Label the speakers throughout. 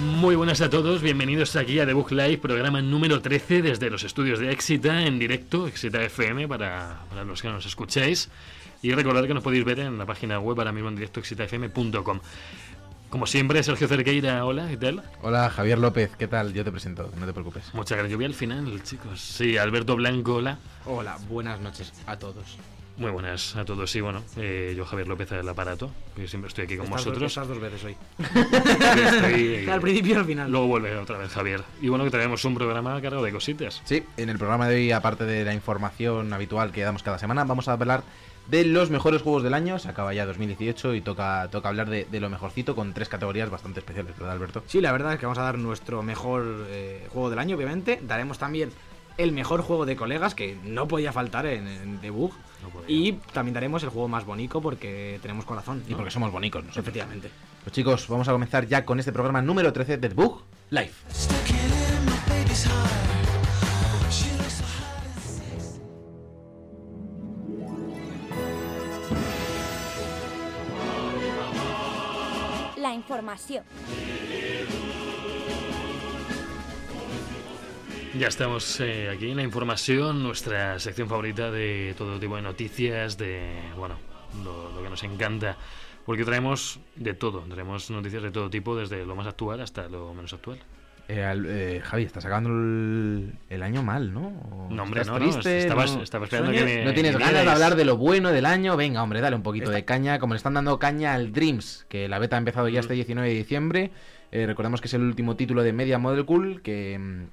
Speaker 1: Muy buenas a todos, bienvenidos aquí a The Book Live, programa número 13 desde los estudios de Éxita en directo, Éxita FM para, para los que nos escucháis. Y recordad que nos podéis ver en la página web ahora mismo en directo exitafm.com. Como siempre, Sergio Cerqueira, hola, ¿qué tal?
Speaker 2: Hola, Javier López, ¿qué tal? Yo te presento, no te preocupes.
Speaker 1: Muchas gracias. Yo vi al final, chicos. Sí, Alberto Blanco, hola.
Speaker 3: Hola, buenas noches a todos.
Speaker 1: Muy buenas a todos, sí, bueno, eh, yo Javier López del aparato, que siempre estoy aquí con
Speaker 3: Estás dos-
Speaker 1: vosotros.
Speaker 3: estás dos veces hoy.
Speaker 1: Estoy-
Speaker 3: Al principio y al final.
Speaker 1: Luego vuelve otra vez Javier. Y bueno, que tenemos un programa cargado de cositas.
Speaker 2: Sí, en el programa de hoy, aparte de la información habitual que damos cada semana, vamos a hablar de los mejores juegos del año. Se acaba ya 2018 y toca, toca hablar de, de lo mejorcito con tres categorías bastante especiales, ¿verdad, Alberto?
Speaker 3: Sí, la verdad es que vamos a dar nuestro mejor eh, juego del año, obviamente. Daremos también el mejor juego de colegas, que no podía faltar en, en The Bug.
Speaker 1: No podía.
Speaker 3: y también daremos el juego más bonito porque tenemos corazón.
Speaker 2: Y
Speaker 3: ¿no?
Speaker 2: porque somos bonicos nosotros.
Speaker 3: Efectivamente.
Speaker 2: Pues chicos, vamos a comenzar ya con este programa número 13 de The Bug Live.
Speaker 4: La información.
Speaker 1: Ya estamos eh, aquí en la información, nuestra sección favorita de todo tipo de noticias, de, bueno, lo, lo que nos encanta. Porque traemos de todo, traemos noticias de todo tipo, desde lo más actual hasta lo menos actual.
Speaker 2: Eh, al- eh, Javi, estás acabando el, el año mal, ¿no? ¿O
Speaker 1: No, hombre,
Speaker 2: estás
Speaker 1: no, no, estabas-
Speaker 2: No.
Speaker 1: estaba esperando que
Speaker 2: Sueñas,
Speaker 1: me-
Speaker 2: no tienes
Speaker 1: me
Speaker 2: ganas de
Speaker 1: dierais.
Speaker 2: hablar de lo bueno del año. Venga, hombre, dale un poquito de caña. Como le están dando caña al Dreams, que la beta ha empezado
Speaker 1: Mm.
Speaker 2: ya este 19 de diciembre. Eh, recordemos que es el último título de Media Model Cool, que, mm,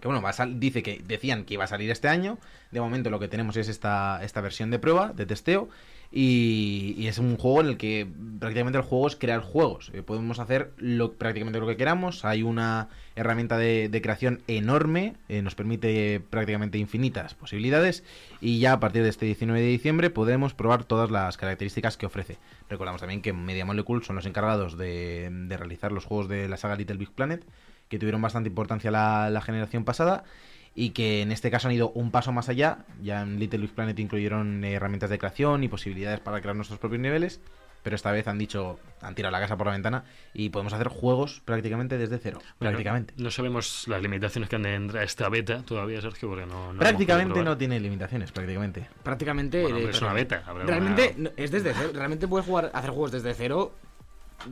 Speaker 2: que bueno, va a sal- dice que decían que iba a salir este año. De momento lo que tenemos es esta, esta versión de prueba, de testeo. Y, y es un juego en el que prácticamente el juego es crear juegos. Eh, podemos hacer lo, prácticamente lo que queramos. Hay una herramienta de, de creación enorme. eh, nos permite prácticamente infinitas posibilidades. Y ya a partir de este 19 de diciembre podremos probar todas las características que ofrece. Recordamos también que Media Molecule son los encargados de, de realizar los juegos de la saga Little Big Planet que tuvieron bastante importancia la, la generación pasada y que en este caso han ido un paso más allá. Ya en Little Big Planet incluyeron eh, herramientas de creación y posibilidades para crear nuestros propios niveles, pero esta vez han dicho, han tirado la casa por la ventana y podemos hacer juegos prácticamente desde cero.
Speaker 1: Bueno,
Speaker 2: Prácticamente.
Speaker 1: No sabemos las limitaciones que han de entrar a esta beta todavía, Sergio, porque no. no
Speaker 2: prácticamente no
Speaker 1: hemos podido probar.
Speaker 2: tiene limitaciones, prácticamente.
Speaker 3: Prácticamente.
Speaker 1: Bueno,
Speaker 3: eh,
Speaker 1: hombre, es una beta. habrá
Speaker 3: Realmente
Speaker 1: una-
Speaker 3: no- es desde cero. Realmente puedes jugar, hacer juegos desde cero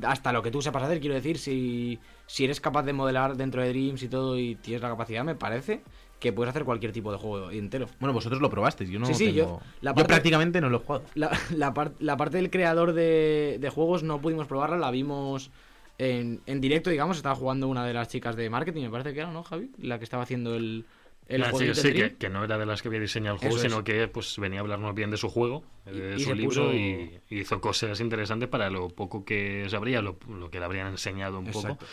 Speaker 3: hasta lo que tú sepas hacer. Quiero decir, si, si eres capaz de modelar dentro de Dreams y todo y tienes la capacidad, me parece que puedes hacer cualquier tipo de juego entero.
Speaker 2: Bueno, vosotros lo probasteis, yo no
Speaker 3: Sí, sí,
Speaker 2: tengo-
Speaker 3: yo- la
Speaker 2: yo
Speaker 3: parte-
Speaker 2: prácticamente no lo he jugado.
Speaker 3: La, la par- la parte del creador de, de juegos no pudimos probarla, la vimos en, en directo, digamos. Estaba jugando una de las chicas de marketing, me parece que era, ¿no, Javi? La que estaba haciendo el, el
Speaker 1: Ah, sí,
Speaker 3: juego de
Speaker 1: sí,
Speaker 3: Dream.
Speaker 1: que, que no era de las que había diseñado el juego,
Speaker 3: Eso es.
Speaker 1: sino que pues venía a hablarnos bien de su juego, eh, de
Speaker 3: y
Speaker 1: su
Speaker 3: se
Speaker 1: libro
Speaker 3: puso-
Speaker 1: y, y hizo cosas interesantes para lo poco que sabría, lo, lo que le habrían enseñado un poco.
Speaker 3: Exacto.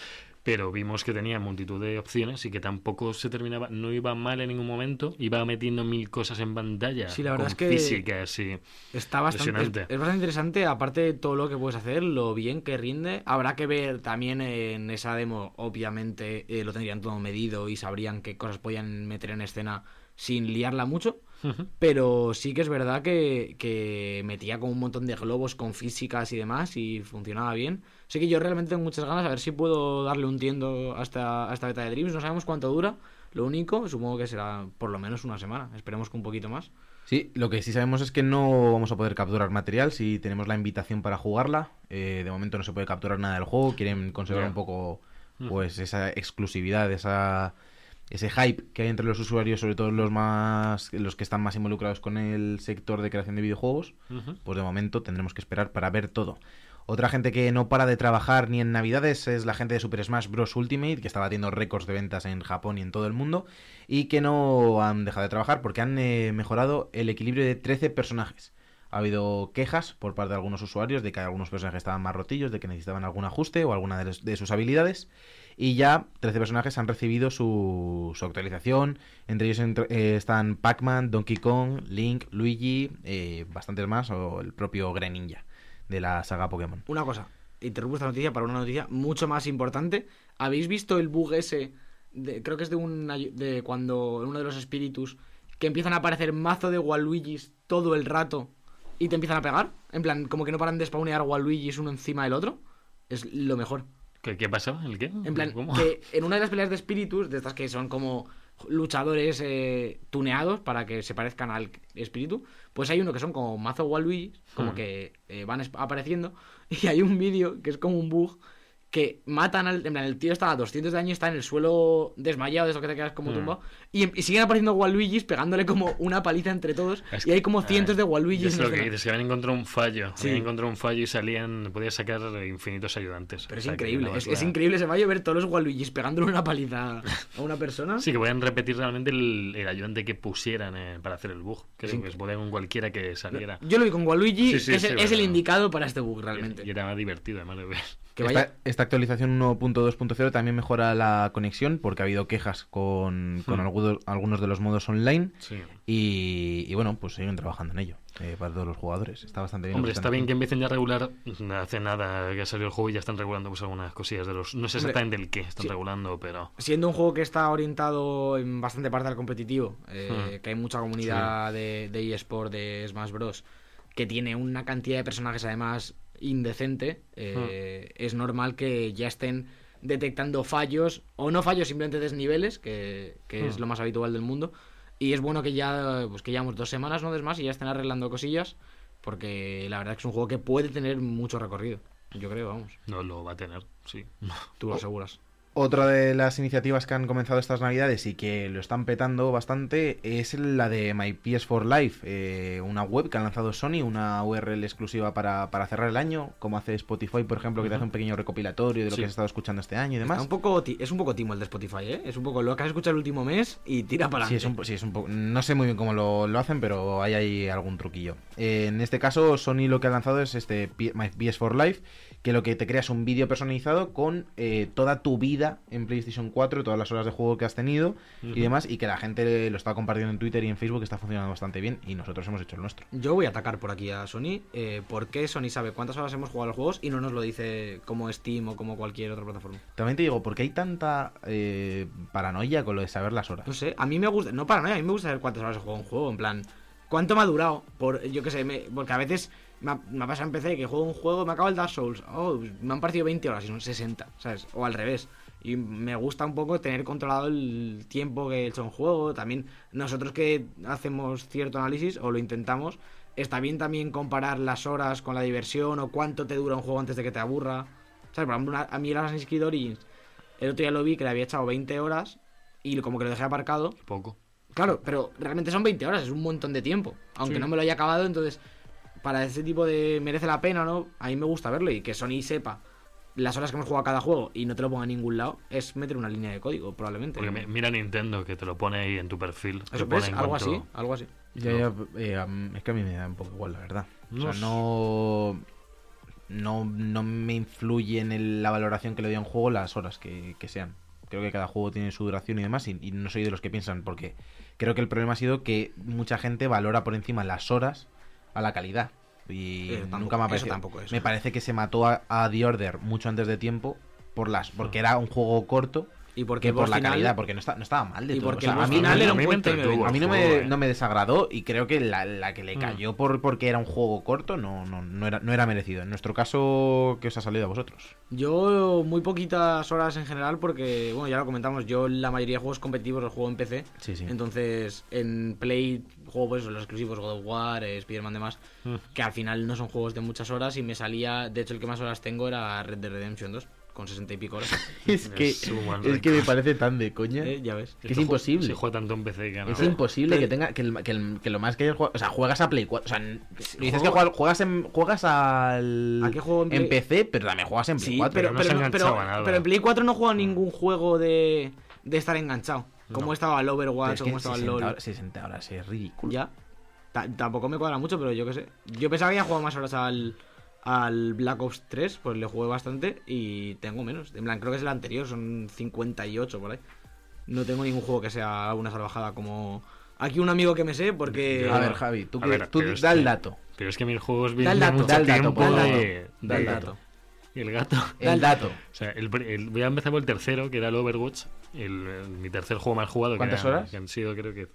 Speaker 1: Pero vimos que tenía multitud de opciones y que tampoco se terminaba, no iba mal en ningún momento, iba metiendo mil cosas en pantalla.
Speaker 3: Sí, la verdad
Speaker 1: con
Speaker 3: es que-
Speaker 1: Físicas y.
Speaker 3: Está bastante, es,
Speaker 1: Impresionante.
Speaker 3: es bastante interesante, aparte de todo lo que puedes hacer, lo bien que rinde. Habrá que ver también en esa demo, obviamente eh, lo tendrían todo medido y sabrían qué cosas podían meter en escena sin liarla mucho.
Speaker 1: Ujú.
Speaker 3: Pero sí que es verdad que, que metía como un montón de globos con físicas y demás y funcionaba bien. Así que yo realmente tengo muchas ganas a ver si puedo darle un tiendo hasta, hasta beta de Dreams. No sabemos cuánto dura. Lo único, supongo que será por lo menos una semana. Esperemos que un poquito más.
Speaker 2: Sí, lo que sí sabemos es que no vamos a poder capturar material si tenemos la invitación para jugarla. Eh, de momento no se puede capturar nada del juego. Quieren conservar
Speaker 1: Ya.
Speaker 2: un poco pues esa exclusividad, esa ese hype que hay entre los usuarios, sobre todo los más los que están más involucrados con el sector de creación de videojuegos.
Speaker 1: Ujú.
Speaker 2: Pues de momento tendremos que esperar para ver todo. Otra gente que no para de trabajar ni en Navidades es la gente de Super Smash Bros. Ultimate, que está batiendo récords de ventas en Japón y en todo el mundo, y que no han dejado de trabajar porque han eh, mejorado el equilibrio de 13 personajes. Ha habido quejas por parte de algunos usuarios de que algunos personajes estaban más rotillos, de que necesitaban algún ajuste o alguna de, les- de sus habilidades. Y ya 13 personajes han recibido su, su actualización. Entre ellos entr- eh, están Pac-Man, Donkey Kong, Link, Luigi, eh, bastantes más, o el propio Greninja de la saga Pokémon.
Speaker 3: Una cosa, interrumpo esta noticia para una noticia mucho más importante. ¿Habéis visto el bug ese? de- creo que es de, un ayu- de cuando uno de los espíritus que empiezan a aparecer mazo de Waluigis todo el rato y te empiezan a pegar. En plan, como que no paran de spawnear Waluigis uno encima del otro. Es lo mejor.
Speaker 1: ¿Qué, qué pasaba? ¿El qué?
Speaker 3: En plan,
Speaker 1: ¿Cómo?
Speaker 3: que en una de las peleas de espíritus, de estas que son como luchadores eh, tuneados para que se parezcan al espíritu, pues hay uno que son como mazo Waluigi, como
Speaker 1: Hmm.
Speaker 3: que eh, van es- apareciendo, y hay un vídeo que es como un bug que matan al... En plan, el tío está a 200 de daño, está en el suelo desmayado, de eso que te quedas como
Speaker 1: Hmm.
Speaker 3: tumbado, y, y siguen apareciendo Waluigis pegándole como una paliza entre todos,
Speaker 1: Es
Speaker 3: y hay
Speaker 1: que-
Speaker 3: como cientos
Speaker 1: ah,
Speaker 3: de Waluigis.
Speaker 1: Es
Speaker 3: en
Speaker 1: lo
Speaker 3: el
Speaker 1: que
Speaker 3: suelo.
Speaker 1: dices, que habían encontrado un fallo.
Speaker 3: Sí.
Speaker 1: Habían encontrado un fallo y salían, podías sacar infinitos ayudantes. O
Speaker 3: Pero es
Speaker 1: sea, que
Speaker 3: increíble,
Speaker 1: no
Speaker 3: es,
Speaker 1: la-
Speaker 3: es increíble ese fallo ver todos los Waluigis pegándole una paliza a una persona.
Speaker 1: Sí, que pueden repetir realmente el, el ayudante que pusieran eh, para hacer el bug. Creo
Speaker 3: Sí.
Speaker 1: que es podían con cualquiera que saliera.
Speaker 3: Yo lo vi con Waluigi,
Speaker 1: Sí, sí,
Speaker 3: que es,
Speaker 1: sí,
Speaker 3: es
Speaker 1: verdad.
Speaker 3: el indicado para este bug realmente.
Speaker 1: Y era divertido, además de ver.
Speaker 3: Que
Speaker 2: esta,
Speaker 3: vaya-
Speaker 2: esta actualización 1.2.0 también mejora la conexión porque ha habido quejas con, con
Speaker 1: Hmm.
Speaker 2: algudo- algunos de los modos online.
Speaker 1: Sí.
Speaker 2: Y, y bueno, pues siguen trabajando en ello eh, para todos los jugadores. Está bastante bien. lo
Speaker 1: Hombre,
Speaker 2: están
Speaker 1: está bien que
Speaker 2: haciendo.
Speaker 1: empiecen ya a regular. No hace nada que ha salido el juego y ya están regulando pues algunas cosillas de los. No sé
Speaker 3: Hombre,
Speaker 1: exactamente el qué están
Speaker 3: sí.
Speaker 1: regulando, pero.
Speaker 3: Siendo un juego que está orientado en bastante parte al competitivo, eh,
Speaker 1: Hmm.
Speaker 3: que hay mucha comunidad de, de eSport, de Smash Bros., que tiene una cantidad de personajes además indecente,
Speaker 1: Hmm.
Speaker 3: eh, es normal que ya estén detectando fallos, o no fallos, simplemente desniveles, que, que es
Speaker 1: Hmm.
Speaker 3: lo más habitual del mundo. Y es bueno que ya pues que llevamos dos semanas, no de Smash, y ya estén arreglando cosillas, porque la verdad es que es un juego que puede tener mucho recorrido. Yo creo, vamos,
Speaker 1: No lo va a tener, sí.
Speaker 3: tú lo aseguras.
Speaker 2: Otra de las iniciativas que han comenzado estas navidades y que lo están petando bastante es la de My PS4 Live, eh, una web que ha lanzado Sony, una URL exclusiva para, para cerrar el año, como hace Spotify, por ejemplo, que
Speaker 1: Ujú.
Speaker 2: te hace un pequeño recopilatorio de lo
Speaker 1: Sí.
Speaker 2: que has estado escuchando este año y
Speaker 3: Está
Speaker 2: demás.
Speaker 3: un poco ti- es un poco timo el de Spotify, ¿eh? Es un poco lo que has escuchado el último mes y tira para
Speaker 2: Sí, es un, po- sí, es un po- No sé muy bien cómo lo, lo hacen, pero hay ahí algún truquillo. Eh, en este caso, Sony lo que ha lanzado es este P- My PS4 Live, que lo que te creas un vídeo personalizado con eh, toda tu vida en PlayStation 4, todas las horas de juego que has tenido
Speaker 1: Ujú.
Speaker 2: y demás, y que la gente lo está compartiendo en Twitter y en Facebook, está funcionando bastante bien, y nosotros hemos hecho el nuestro.
Speaker 3: Yo voy a atacar por aquí a Sony. Eh, ¿Por qué Sony sabe cuántas horas hemos jugado a los juegos y no nos lo dice como Steam o como cualquier otra plataforma?
Speaker 2: También te digo, porque hay tanta eh, paranoia con lo de saber las horas?
Speaker 3: No sé, a mí me gusta, no para nada, a mí me gusta saber cuántas horas he jugado un juego, en plan, cuánto me ha durado, por, yo qué sé, me- porque a veces me ha, me ha pasado en PC que juego un juego, me acabo el Dark Souls, oh, me han parecido 20 horas y son 60, ¿sabes? O al revés. Y me gusta un poco tener controlado el tiempo que he hecho un juego, también nosotros que hacemos cierto análisis o lo intentamos, está bien también comparar las horas con la diversión o cuánto te dura un juego antes de que te aburra. ¿Sabes? Por ejemplo, una- a mí el Assassin's Creed Origins, el otro día lo vi que le había echado 20 horas y como que lo dejé aparcado.
Speaker 1: Poco.
Speaker 3: Claro, pero realmente son 20 horas, es un montón de tiempo. Aunque
Speaker 1: Sí.
Speaker 3: no me lo haya acabado, entonces para ese tipo de merece la pena, ¿no? A mí me gusta verlo y que Sony sepa las horas que hemos jugado a cada juego y no te lo ponga en ningún lado, es meter una línea de código, probablemente.
Speaker 1: Porque mi- mira Nintendo, que te lo pone ahí en tu perfil. te
Speaker 3: Eso
Speaker 1: pone
Speaker 3: ves,
Speaker 1: en
Speaker 3: algo
Speaker 1: cuanto-
Speaker 3: así, algo así.
Speaker 2: Ya, ya, eh, am- es que a mí me da un poco igual, la verdad. O sea,
Speaker 1: No sé.
Speaker 2: no, no, no me influye en el- la valoración que le doy a un juego las horas que, que sean. Creo que cada juego tiene su duración y demás, y, y no soy de los que piensan, porque creo que el problema ha sido que mucha gente valora por encima las horas a la calidad. Y
Speaker 3: Eso tampoco-
Speaker 2: nunca me ha
Speaker 3: eso
Speaker 2: parecido-
Speaker 3: tampoco es.
Speaker 2: Me parece que se mató a, a The Order mucho antes de tiempo por las, porque era un juego corto.
Speaker 3: Y
Speaker 2: Porque
Speaker 3: Ah. porque
Speaker 2: por
Speaker 3: el
Speaker 2: la
Speaker 3: final-
Speaker 2: calidad, porque no, está- no estaba mal de
Speaker 3: Y
Speaker 2: todo.
Speaker 3: porque
Speaker 2: O sea,
Speaker 3: el
Speaker 2: a
Speaker 3: boss
Speaker 2: mí-
Speaker 3: final
Speaker 1: Pues, a
Speaker 3: era
Speaker 1: mí
Speaker 3: un
Speaker 1: me
Speaker 3: cuento y me
Speaker 1: entretuvo.
Speaker 3: vengo.
Speaker 2: a mí no
Speaker 1: juego,
Speaker 2: me,
Speaker 1: eh.
Speaker 2: no me desagradó y creo que la, la que le
Speaker 1: Mm.
Speaker 2: cayó por porque era un juego corto no, no, no, era, no era merecido. En nuestro caso, ¿qué os ha salido a vosotros?
Speaker 3: Yo muy poquitas horas en general porque, bueno, ya lo comentamos, yo la mayoría de juegos competitivos los juego en PC.
Speaker 2: Sí, sí.
Speaker 3: Entonces, en Play juego pues los exclusivos God of War, eh, Spider-Man demás,
Speaker 1: Mm.
Speaker 3: que al final no son juegos de muchas horas y me salía, de hecho el que más horas tengo era Red Dead Redemption 2, con 60 y pico horas.
Speaker 2: Es que,
Speaker 1: Es un buen
Speaker 2: es que me parece tan de coña.
Speaker 3: Eh, ya ves.
Speaker 2: que
Speaker 1: Si
Speaker 2: es
Speaker 1: te ju-
Speaker 2: imposible.
Speaker 1: Si juega tanto en PC que
Speaker 2: Es
Speaker 1: no.
Speaker 2: imposible que tenga que, el- que el- que lo más que hayas jugado. O sea, juegas a Play 4. O sea, n- dices que
Speaker 3: juego-
Speaker 2: juegas, juegas en, juegas al.
Speaker 3: ¿A qué juego en
Speaker 2: en,
Speaker 3: Play?
Speaker 2: PC, pero también juegas en Play
Speaker 3: Sí,
Speaker 2: 4.
Speaker 3: pero,
Speaker 1: no se
Speaker 3: pero,
Speaker 1: ha
Speaker 3: no- pero,
Speaker 1: enganchado a nada.
Speaker 3: pero en Play 4 no juego a
Speaker 2: Mm.
Speaker 3: ningún juego de, de estar enganchado, como estaba el
Speaker 2: Pero
Speaker 3: Overwatch,
Speaker 2: es
Speaker 3: como
Speaker 2: que
Speaker 3: estaba el
Speaker 2: 60
Speaker 3: LoL.
Speaker 2: horas, 60 horas es ridículo.
Speaker 3: Ya. Ta- tampoco me cuadra mucho, pero yo qué sé. Yo pensaba que había jugado más horas al, al Black Ops 3, pues le jugué bastante y tengo menos. En plan, creo que es el anterior, son 58 por ahí. No tengo ningún juego que sea una salvajada como... Aquí un amigo que me sé porque...
Speaker 2: A ver, Javi, tú,
Speaker 1: A
Speaker 2: que-
Speaker 1: ver,
Speaker 2: tú
Speaker 1: pero es
Speaker 2: da el
Speaker 1: que-
Speaker 2: dato.
Speaker 1: Pero es que mis juegos
Speaker 3: Da el
Speaker 1: vienen
Speaker 3: dato,
Speaker 1: mucho
Speaker 2: da el dato,
Speaker 1: tiempo
Speaker 2: por favor.
Speaker 1: de...
Speaker 3: Da el dato.
Speaker 1: Y el gato.
Speaker 3: Eh.
Speaker 2: El dato.
Speaker 1: O sea, el, pri- el- voy a empezar por el tercero, que era el Overwatch, el, el- mi tercer juego más jugado. que
Speaker 2: ¿Cuántas
Speaker 1: era-
Speaker 2: horas?
Speaker 1: Que han sido creo que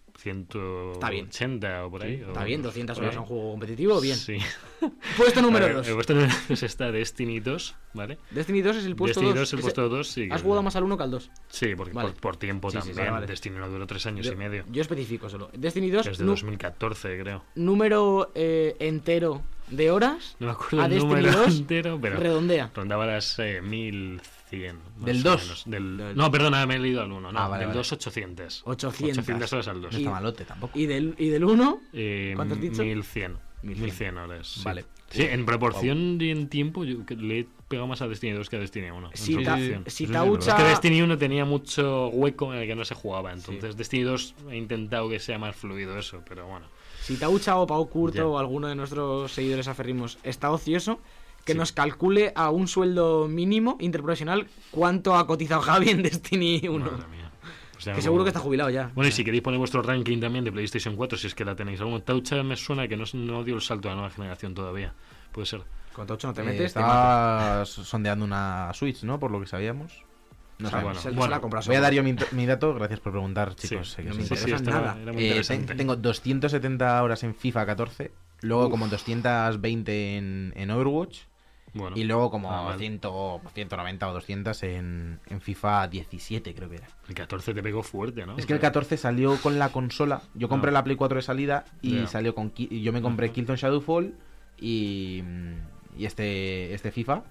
Speaker 1: 180
Speaker 3: bien.
Speaker 1: o por ahí.
Speaker 3: Está bien, 200 horas a
Speaker 1: son
Speaker 3: un juego competitivo, bien.
Speaker 1: Sí. eh,
Speaker 3: Puesto número
Speaker 1: Vale, El
Speaker 3: 2.
Speaker 1: puesto número 2 está Destiny 2, ¿vale?
Speaker 3: Destiny 2 es el puesto
Speaker 1: Destiny
Speaker 3: 2.
Speaker 1: 2, el puesto 2, sí.
Speaker 3: Has
Speaker 1: que-
Speaker 3: jugado más al 1 que al 2.
Speaker 1: Sí, porque
Speaker 3: Vale.
Speaker 1: por, por tiempo
Speaker 3: Sí, sí, sí,
Speaker 1: también.
Speaker 3: vale.
Speaker 1: Destiny no duró tres años
Speaker 3: Yo,
Speaker 1: y medio.
Speaker 3: yo especifico solo. Destiny 2,
Speaker 1: Desde
Speaker 3: nu-
Speaker 1: 2014, creo.
Speaker 3: número eh, entero de horas.
Speaker 1: No me acuerdo
Speaker 3: a
Speaker 1: el
Speaker 3: Destiny
Speaker 1: número
Speaker 3: 2
Speaker 1: entero, pero
Speaker 3: redondea.
Speaker 1: rondaba las eh, 1100. más
Speaker 2: ¿Del
Speaker 1: o
Speaker 2: 2?
Speaker 1: menos. Del-
Speaker 3: Del-
Speaker 1: No, perdona, me he leído al 1. No,
Speaker 2: Ah, vale,
Speaker 1: del
Speaker 2: vale.
Speaker 1: 2, 800.
Speaker 3: 800.
Speaker 1: 800 horas al 2.
Speaker 2: No está malote tampoco.
Speaker 3: Y del, y del 1,
Speaker 1: Eh,
Speaker 3: ¿Cuánto has dicho?
Speaker 1: 1100.
Speaker 3: 1100.
Speaker 1: 1100 horas. sí.
Speaker 2: Vale.
Speaker 1: Sí, en proporción y en tiempo yo que le he pegado más a Destiny 2 que a Destiny 1. en
Speaker 3: si,
Speaker 2: sí,
Speaker 3: ta-
Speaker 2: sí,
Speaker 1: proporción.
Speaker 2: sí.
Speaker 3: si
Speaker 2: Eso sí,
Speaker 1: Es
Speaker 3: Taucha.
Speaker 1: que Destiny 1 tenía mucho hueco en el que no se jugaba, entonces Destiny 2 he intentado que sea más fluido eso, pero bueno.
Speaker 3: Si Taucha o Pau Curto
Speaker 1: Ya.
Speaker 3: o alguno de nuestros seguidores aferrimos está ocioso, que nos calcule a un sueldo mínimo interprofesional cuánto ha cotizado Javi en Destiny 1.
Speaker 1: Madre mía. O sea,
Speaker 3: que seguro
Speaker 1: bueno.
Speaker 3: que está jubilado ya.
Speaker 1: Bueno, y si queréis poner vuestro ranking también de PlayStation 4, si es que la tenéis. Algún Taucha me suena que no, no dio el salto a la nueva generación todavía. Puede ser.
Speaker 3: Con Taucha no te
Speaker 2: Eh,
Speaker 3: metes. te mato.
Speaker 2: estaba sondeando una Switch, ¿no? Por lo que sabíamos. No
Speaker 1: Ah,
Speaker 2: sabemos.
Speaker 1: bueno.
Speaker 3: Se- se la compras
Speaker 2: Voy a
Speaker 3: ahora.
Speaker 2: dar yo mi, mi dato. Gracias por preguntar, chicos.
Speaker 1: sí,
Speaker 2: sé que
Speaker 3: no
Speaker 2: os
Speaker 3: me
Speaker 2: interesa.
Speaker 3: interesa
Speaker 1: estaba-
Speaker 3: nada.
Speaker 1: era muy
Speaker 2: Eh,
Speaker 1: interesante.
Speaker 2: ten- tengo 270 horas en FIFA 14, luego como 220 en, en Overwatch
Speaker 1: Bueno,
Speaker 2: y luego como
Speaker 1: Ah, vale.
Speaker 2: 100 o 190 o 200 en, en FIFA 17 creo que era.
Speaker 1: el 14 te pegó fuerte, ¿no?
Speaker 2: Es que el
Speaker 1: O sea,
Speaker 2: 14 salió con la consola. Yo compré
Speaker 1: No.
Speaker 2: la Play 4 de salida y
Speaker 1: Ya.
Speaker 2: salió con Ki- y yo me compré Killzone Shadowfall y y este este FIFA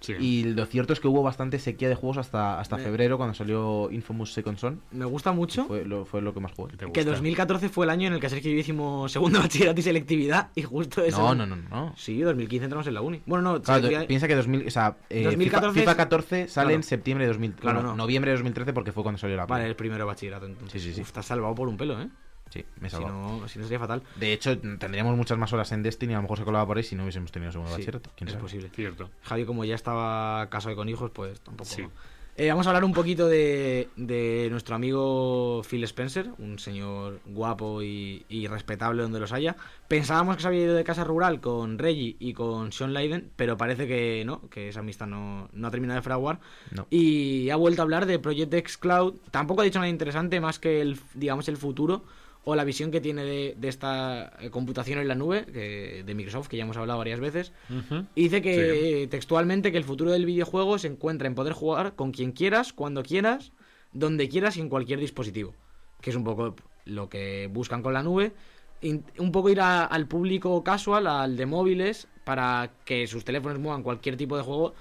Speaker 1: sí.
Speaker 2: y lo cierto es que hubo bastante sequía de juegos hasta hasta
Speaker 3: Me-
Speaker 2: febrero cuando salió Infamous Second Son.
Speaker 3: Me gusta mucho
Speaker 2: Fue lo, fue lo que más jugué.
Speaker 1: ¿Te
Speaker 3: que
Speaker 1: gusta?
Speaker 3: 2014 fue el año en el que Sergio y yo hicimos segundo de bachillerato y selectividad y justo eso.
Speaker 2: No, no, no, no.
Speaker 3: Sí, 2015 entramos en la uni. Bueno, no,
Speaker 2: Claro,
Speaker 3: selectividad-
Speaker 2: do- piensa que 2000, o sea, eh,
Speaker 3: 2014
Speaker 2: FIFA,
Speaker 3: es-
Speaker 2: 14 sale en
Speaker 3: Claro.
Speaker 2: septiembre de 2013.
Speaker 3: Claro, no.
Speaker 2: Noviembre de 2013 porque fue cuando salió la
Speaker 3: Vale,
Speaker 2: Play.
Speaker 3: el primero de bachillerato entonces.
Speaker 2: Sí, sí, sí.
Speaker 3: Uf, estás salvado por un pelo, ¿eh?
Speaker 2: Sí, me he
Speaker 3: Si
Speaker 2: salvado.
Speaker 3: no, si no sería fatal.
Speaker 2: De hecho, tendríamos muchas más horas en Destiny, a lo mejor se colaba por ahí si no hubiésemos tenido segundo
Speaker 3: Sí,
Speaker 2: bachillerato. ¿Quién
Speaker 3: es
Speaker 2: sabe?
Speaker 3: posible.
Speaker 1: Cierto.
Speaker 3: Javi, como ya estaba casado y con hijos, pues tampoco.
Speaker 1: Sí.
Speaker 3: Eh, vamos a hablar un poquito de, de nuestro amigo Phil Spencer, un señor guapo y, y respetable donde los haya. Pensábamos que se había ido de casa rural con Reggie y con Sean Leiden, pero parece que no, que esa amistad no, no ha terminado de fraguar.
Speaker 2: No.
Speaker 3: Y ha vuelto a hablar de Project X Cloud. Tampoco ha dicho nada interesante más que el, digamos, el futuro o la visión que tiene de, de esta eh, computación en la nube que- de Microsoft, que ya hemos hablado varias veces.
Speaker 1: Ujú.
Speaker 3: Y dice que textualmente que el futuro del videojuego se encuentra en poder jugar con quien quieras, cuando quieras, donde quieras y en cualquier dispositivo. Que es un poco lo que buscan con la nube. In- un poco ir a- al público casual, al de móviles, para que sus teléfonos muevan cualquier tipo de juego.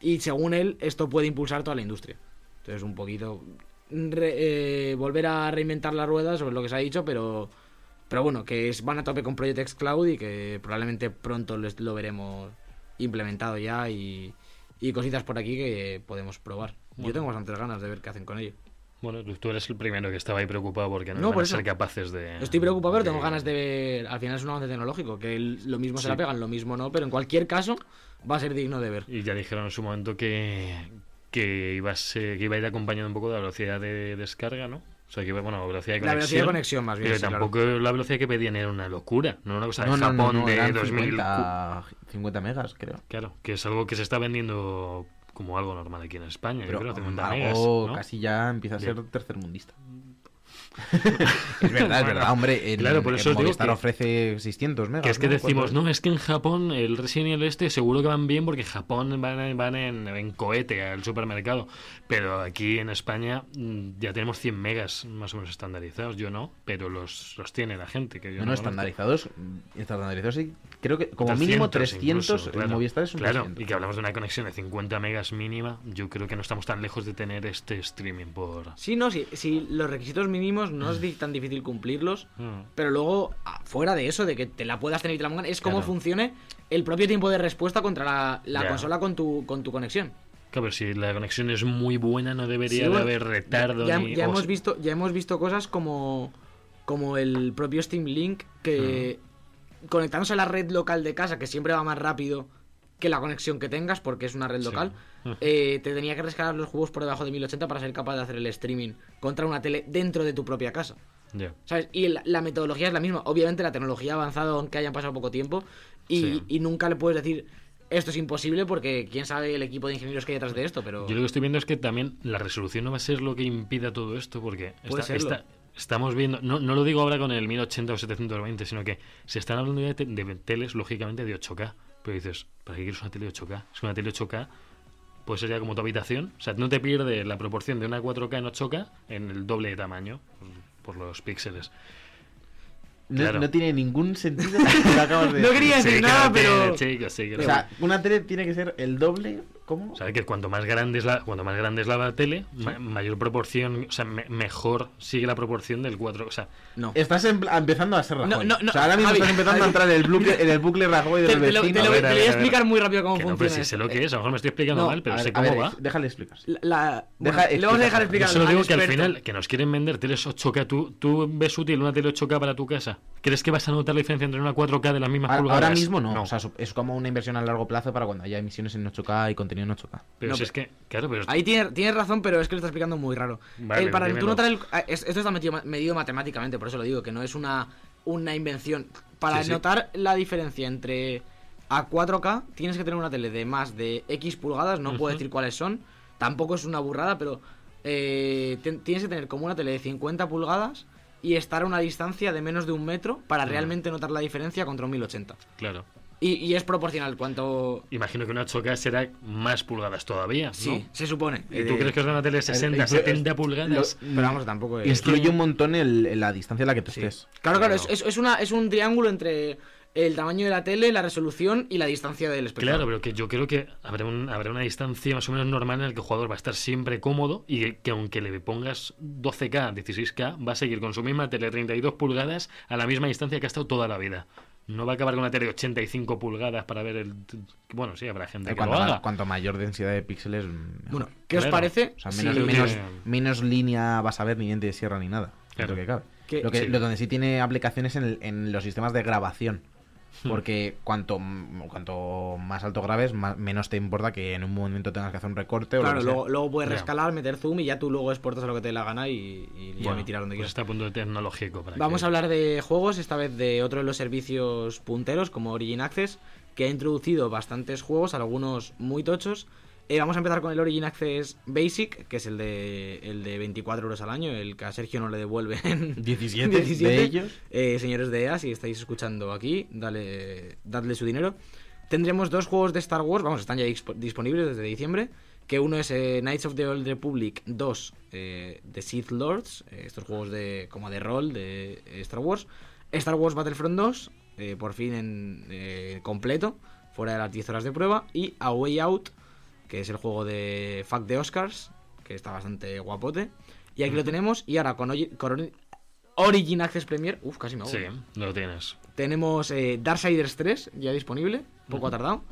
Speaker 3: Y según él, esto puede impulsar toda la industria. Entonces, un poquito. re- eh, volver a reinventar la rueda sobre lo que se ha dicho, pero. Pero bueno, que es, van a tope con Project X Cloud y que probablemente pronto les- lo veremos implementado ya y, y cositas por aquí que podemos probar. Yo
Speaker 1: Bueno.
Speaker 3: tengo bastantes ganas de ver qué hacen con ello.
Speaker 1: Bueno, tú- tú eres el primero que estaba ahí preocupado porque no,
Speaker 3: No,
Speaker 1: van
Speaker 3: por
Speaker 1: a
Speaker 3: eso.
Speaker 1: ser capaces de.
Speaker 3: Estoy preocupado, pero tengo
Speaker 1: de-
Speaker 3: ganas de ver. Al final es un avance tecnológico, que el- lo mismo se
Speaker 1: Sí.
Speaker 3: la pegan, lo mismo no, pero en cualquier caso va a ser digno de ver.
Speaker 1: Y ya dijeron en su momento que, que, iba, a ser- que iba a ir acompañado un poco de la velocidad de descarga, ¿no? O sea, que iba, bueno, velocidad de
Speaker 3: La
Speaker 1: conexión.
Speaker 3: velocidad de conexión, más bien,
Speaker 1: Pero
Speaker 3: sí,
Speaker 1: tampoco la velocidad que pedían era una locura, no una cosa de
Speaker 2: No, no,
Speaker 1: Japón
Speaker 2: no, no,
Speaker 1: de
Speaker 2: eran
Speaker 1: 2000.
Speaker 2: 50, 50 megas, creo.
Speaker 1: Claro, que es algo que se está vendiendo como algo normal aquí en España. yo
Speaker 2: Pero
Speaker 1: creo, 50 megas,
Speaker 2: algo
Speaker 1: ¿no?
Speaker 2: casi ya empieza a ser
Speaker 1: Bien.
Speaker 2: tercermundista. es verdad, es verdad, hombre. En,
Speaker 1: Claro, por
Speaker 2: en
Speaker 1: eso os digo
Speaker 2: Movistar
Speaker 1: que-
Speaker 2: ofrece 600 megas.
Speaker 1: Que es que
Speaker 2: ¿eh? ¿no?
Speaker 1: decimos,
Speaker 2: Cuatro-
Speaker 1: no, es que en Japón el Resident Evil este seguro que van bien porque Japón van, van en, en cohete al supermercado. Pero aquí en España mm, ya tenemos 100 megas más o menos estandarizados. Yo no, pero los, los tiene la gente. Que yo no
Speaker 2: No, no,
Speaker 1: conozco.
Speaker 2: estandarizados. Estandarizados, sí. Creo que como mínimo 300.
Speaker 1: 300 incluso,
Speaker 2: en
Speaker 1: claro.
Speaker 2: Movistar es un
Speaker 1: Claro,
Speaker 2: 300.
Speaker 1: y que hablamos de una conexión de 50 megas mínima. Yo creo que no estamos tan lejos de tener este streaming por.
Speaker 3: Sí, no, sí, sí, los requisitos mínimos no es di- tan difícil cumplirlos,
Speaker 1: Mm.
Speaker 3: pero luego, a- fuera de eso, de que te la puedas tener y te la pongan, es cómo
Speaker 1: Claro.
Speaker 3: funcione el propio tiempo de respuesta contra la, la
Speaker 1: Ya.
Speaker 3: consola con tu, con tu conexión.
Speaker 1: Claro, pero si la conexión es muy buena, no debería
Speaker 3: Sí,
Speaker 1: de
Speaker 3: bueno,
Speaker 1: haber retardo
Speaker 3: ya,
Speaker 1: ni.
Speaker 3: ya
Speaker 1: o
Speaker 3: hemos
Speaker 1: sea,
Speaker 3: visto ya hemos visto cosas como como el propio Steam Link, que
Speaker 1: Mm.
Speaker 3: conectándose a la red local de casa, que siempre va más rápido que la conexión que tengas, porque es una red local,
Speaker 1: Mm.
Speaker 3: eh, te tenía que rescatar los juegos por debajo de 1080 para ser capaz de hacer el streaming contra una tele dentro de tu propia casa.
Speaker 1: Ya.
Speaker 3: ¿Sabes? Y la, la metodología es la misma. Obviamente la tecnología ha avanzado aunque hayan pasado poco tiempo y,
Speaker 1: Sí.
Speaker 3: y nunca le puedes decir esto es imposible porque quién sabe el equipo de ingenieros que hay detrás de esto, pero...
Speaker 1: Yo lo que estoy viendo es que también la resolución no va a ser lo que impida todo esto, porque
Speaker 3: Puede serlo.
Speaker 1: estamos viendo, no, no lo digo ahora con el 1080 o 720, sino que se están hablando ya de, te- de teles, lógicamente, de 8K. Pero dices, ¿para qué quieres una tele 8K? Es que una tele 8K pues sería como tu habitación. O sea, no te pierdes la proporción de una 4K en 8K en el doble de tamaño por por los píxeles.
Speaker 2: No,
Speaker 1: Claro.
Speaker 2: no tiene ningún sentido lo que acabas de
Speaker 3: No
Speaker 2: decir.
Speaker 3: quería
Speaker 1: Sí,
Speaker 3: decir
Speaker 1: que
Speaker 3: nada,
Speaker 1: la
Speaker 3: pero...
Speaker 1: tele, chicos, sí, que
Speaker 2: O
Speaker 1: la
Speaker 2: sea, una tele tiene que ser el doble. ¿Cómo?
Speaker 1: O sea, que cuanto más grande es la, cuanto más grande es la tele, ma- mayor proporción, o sea, me- mejor sigue la proporción del 4. O sea,
Speaker 3: No.
Speaker 2: Estás em- empezando a ser Rajoy.
Speaker 3: No, no, no,
Speaker 2: o sea, ahora mismo
Speaker 3: Javi,
Speaker 2: estás empezando a
Speaker 3: Javi.
Speaker 2: entrar en el bucle, en el bucle Rajoy
Speaker 3: Te,
Speaker 2: del
Speaker 3: te lo, te
Speaker 2: vecino.
Speaker 3: lo-
Speaker 1: A ver,
Speaker 3: te
Speaker 1: a ver,
Speaker 3: lo voy a
Speaker 1: a ver.
Speaker 3: explicar muy rápido cómo
Speaker 1: que no, pero
Speaker 3: funciona.
Speaker 1: si sé
Speaker 3: esto.
Speaker 1: lo que es, a lo mejor me estoy explicando
Speaker 3: No,
Speaker 1: mal, pero
Speaker 2: A
Speaker 1: sé
Speaker 2: ver, a
Speaker 1: cómo
Speaker 2: ver,
Speaker 1: va.
Speaker 2: ex- Déjale explicarse.
Speaker 3: La- la- bueno,
Speaker 2: Deja-
Speaker 3: le vamos a dejar
Speaker 1: Yo
Speaker 2: explica.
Speaker 3: explicar
Speaker 1: solo
Speaker 3: al
Speaker 1: digo que al
Speaker 3: experto.
Speaker 1: final, que nos quieren vender teles 8K. ¿Tú, tú ves útil una tele 8K para tu casa? ¿Crees que vas a notar la diferencia entre una 4K de las mismas
Speaker 5: Ahora,
Speaker 1: pulgadas?
Speaker 5: ahora mismo no. O sea, su- es como una inversión a largo plazo para cuando haya emisiones en 8K y contenido en 8K.
Speaker 1: pero
Speaker 3: no,
Speaker 1: si es que, claro, pero
Speaker 3: Ahí tiene- tienes razón, pero es que lo está explicando muy raro.
Speaker 1: Vale,
Speaker 3: El- para tú
Speaker 1: dímelo.
Speaker 3: notar el- ah, es- esto está metido- medido matemáticamente, por eso lo digo, que no es una, una invención. Para
Speaker 1: Sí, sí.
Speaker 3: notar la diferencia entre a 4K tienes que tener una tele de más de X pulgadas, no puedo decir cuáles son, tampoco es una burrada, pero eh, ten- tienes que tener como una tele de 50 pulgadas y estar a una distancia de menos de un metro para realmente notar la diferencia contra un 1080.
Speaker 1: claro.
Speaker 3: Y, y es proporcional cuanto...
Speaker 1: Imagino que una 8K será más pulgadas todavía,
Speaker 3: Sí,
Speaker 1: ¿no?
Speaker 3: se supone.
Speaker 1: ¿Y tú
Speaker 3: Eh,
Speaker 1: crees que es una tele de 60,
Speaker 2: eh,
Speaker 1: 70
Speaker 2: Lo-
Speaker 1: pulgadas?
Speaker 3: Pero vamos, tampoco es...
Speaker 5: Influye un montón el- el- la distancia a la que tú estés.
Speaker 3: Claro, claro,
Speaker 1: Claro.
Speaker 3: es, es- es una, es un triángulo entre el tamaño de la tele, la resolución y la distancia del espectador.
Speaker 1: Claro, pero que yo creo que habrá, un- habrá una distancia más o menos normal en la que el jugador va a estar siempre cómodo y que, que aunque le pongas 12K, 16K, va a seguir con su misma tele 32 pulgadas a la misma distancia que ha estado toda la vida. No va a acabar con una tele de 85 pulgadas para ver el... Bueno, sí, habrá gente
Speaker 5: Eh,
Speaker 1: que lo
Speaker 5: Cuanto, ma-
Speaker 1: haga.
Speaker 5: cuanto mayor densidad de píxeles, mejor.
Speaker 3: Bueno, ¿qué os
Speaker 1: Claro.
Speaker 3: parece?
Speaker 5: O sea,
Speaker 3: si-
Speaker 5: menos,
Speaker 1: Sí,
Speaker 5: menos-
Speaker 1: tiene-
Speaker 5: menos línea vas a ver, ni diente de sierra, ni nada.
Speaker 1: Claro.
Speaker 5: Lo que cabe.
Speaker 3: Que-
Speaker 5: lo que,
Speaker 1: sí.
Speaker 5: lo donde sí tiene aplicaciones en, el- en los sistemas de grabación.
Speaker 1: Hmm.
Speaker 5: Porque cuanto, m- cuanto más alto grabes, más- menos te importa que en un momento tengas que hacer un recorte o lo
Speaker 3: Claro,
Speaker 5: que sea.
Speaker 3: luego, luego
Speaker 1: ¿eh?
Speaker 3: puedes
Speaker 1: Ya.
Speaker 3: rescalar, meter zoom y ya tú luego exportas a lo que te dé la gana y, y ya
Speaker 1: Bueno,
Speaker 3: emitirás donde
Speaker 1: pues
Speaker 3: quieras.
Speaker 1: está a punto de tecnológico. Para
Speaker 3: Vamos
Speaker 1: que-
Speaker 3: a hablar de juegos, esta vez de otro de los servicios punteros como Origin Access, que ha introducido bastantes juegos, algunos muy tochos. Eh, vamos a empezar con el Origin Access Basic, que es el de, el de 24 euros al año, el que a Sergio no le devuelven
Speaker 5: 17
Speaker 2: de ellos.
Speaker 3: Eh, señores de EA, si estáis escuchando aquí, dale, dadle su dinero. Tendremos dos juegos de Star Wars, vamos, están ya disp- disponibles desde diciembre. Que uno es eh, Knights of the Old Republic 2 eh, de Sith Lords, eh, estos juegos de como de rol de eh, Star Wars. Star Wars Battlefront 2, eh, por fin en eh, completo, fuera de las 10 horas de prueba. Y A Way Out, que es el juego de Fuck the Oscars, que está bastante guapote. Y aquí lo tenemos. Y ahora con, Oye- con Ori- Origin Access Premier, uff, casi me hago.
Speaker 1: Sí, lo tienes.
Speaker 3: Tenemos eh, Darksiders 3 ya disponible, poco ha tardado.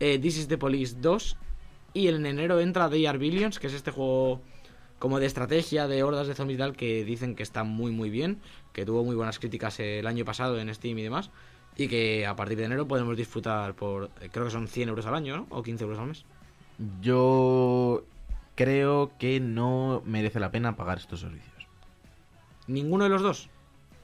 Speaker 3: Eh, This is the Police 2. Y en enero entra They Are Billions, que es este juego como de estrategia de hordas de zombies y tal que dicen que está muy muy bien, que tuvo muy buenas críticas el año pasado en Steam y demás. Y que a partir de enero podemos disfrutar por, eh, creo que son 100 euros al año, ¿no? O 15 euros al mes.
Speaker 5: Yo creo que no merece la pena pagar estos servicios.
Speaker 3: Ninguno de los dos.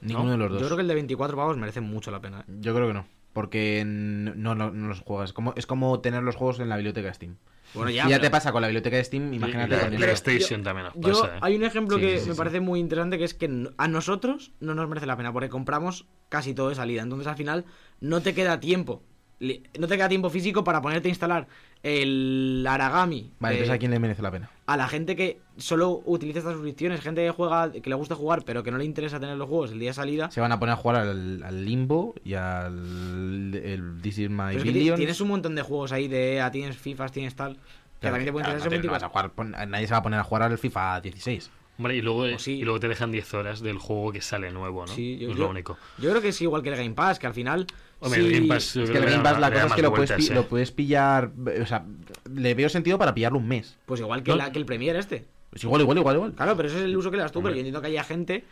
Speaker 5: Ninguno de los dos.
Speaker 3: Yo creo que el de 24 pavos merece mucho la pena. ¿eh?
Speaker 5: Yo creo que no. Porque n- no, no- no los juegas. Como, es como tener los juegos en la biblioteca Steam.
Speaker 3: Bueno,
Speaker 5: Si
Speaker 3: ya.
Speaker 5: ya
Speaker 3: pero-
Speaker 5: te pasa con la biblioteca de Steam, imagínate
Speaker 1: Y la
Speaker 5: con esto.
Speaker 3: este,
Speaker 1: PlayStation también nos
Speaker 3: Yo,
Speaker 1: pasa. ¿eh?
Speaker 3: hay un ejemplo
Speaker 5: Sí,
Speaker 3: que
Speaker 5: sí,
Speaker 3: me
Speaker 5: sí.
Speaker 3: parece muy interesante que es que n- a nosotros no nos merece la pena porque compramos casi todo de salida. Entonces al final no te queda tiempo. Li- No te queda tiempo físico para ponerte a instalar el Aragami.
Speaker 5: Vale,
Speaker 3: eh,
Speaker 5: entonces a quién le merece la pena.
Speaker 3: a la gente que solo utiliza estas suscripciones, gente que juega, que le gusta jugar, pero que no le interesa tener los juegos el día de salida.
Speaker 5: Se van a poner a jugar al, al Limbo y al el This Is My
Speaker 3: Pero es que ti-
Speaker 5: Billions.
Speaker 3: tienes un montón de juegos ahí de EA, tienes FIFA, tienes tal. Que
Speaker 5: Claro,
Speaker 3: también te puede
Speaker 5: claro,
Speaker 3: interesar
Speaker 5: no te- no vas
Speaker 3: 24.
Speaker 5: a jugar- pon- nadie se va a poner a jugar al FIFA 16.
Speaker 1: Hombre, y luego,
Speaker 5: Pues
Speaker 3: o sí.
Speaker 1: y luego te dejan 10 horas del juego que sale nuevo, ¿no?
Speaker 3: Sí, yo,
Speaker 1: es
Speaker 3: yo-
Speaker 1: lo único.
Speaker 3: yo creo que es igual que el Game Pass, que al final.
Speaker 1: Hombre, el
Speaker 3: sí-
Speaker 1: Game Pass, yo
Speaker 5: Es que
Speaker 1: creo
Speaker 5: el
Speaker 1: que
Speaker 5: Game
Speaker 1: le
Speaker 5: Pass
Speaker 1: da-
Speaker 5: la
Speaker 1: le
Speaker 5: cosa
Speaker 1: da
Speaker 5: es que
Speaker 1: más
Speaker 5: lo puedes,
Speaker 1: vueltas,
Speaker 5: pi-
Speaker 1: ¿eh?
Speaker 5: lo puedes pillar... O sea, le veo sentido para pillarlo un mes.
Speaker 3: Pues igual que,
Speaker 1: No.
Speaker 3: la, que el Premier este.
Speaker 5: Es igual, igual, igual, igual.
Speaker 3: Claro, pero ese es el uso que le das tú, pero
Speaker 1: Hombre.
Speaker 3: yo entiendo que haya gente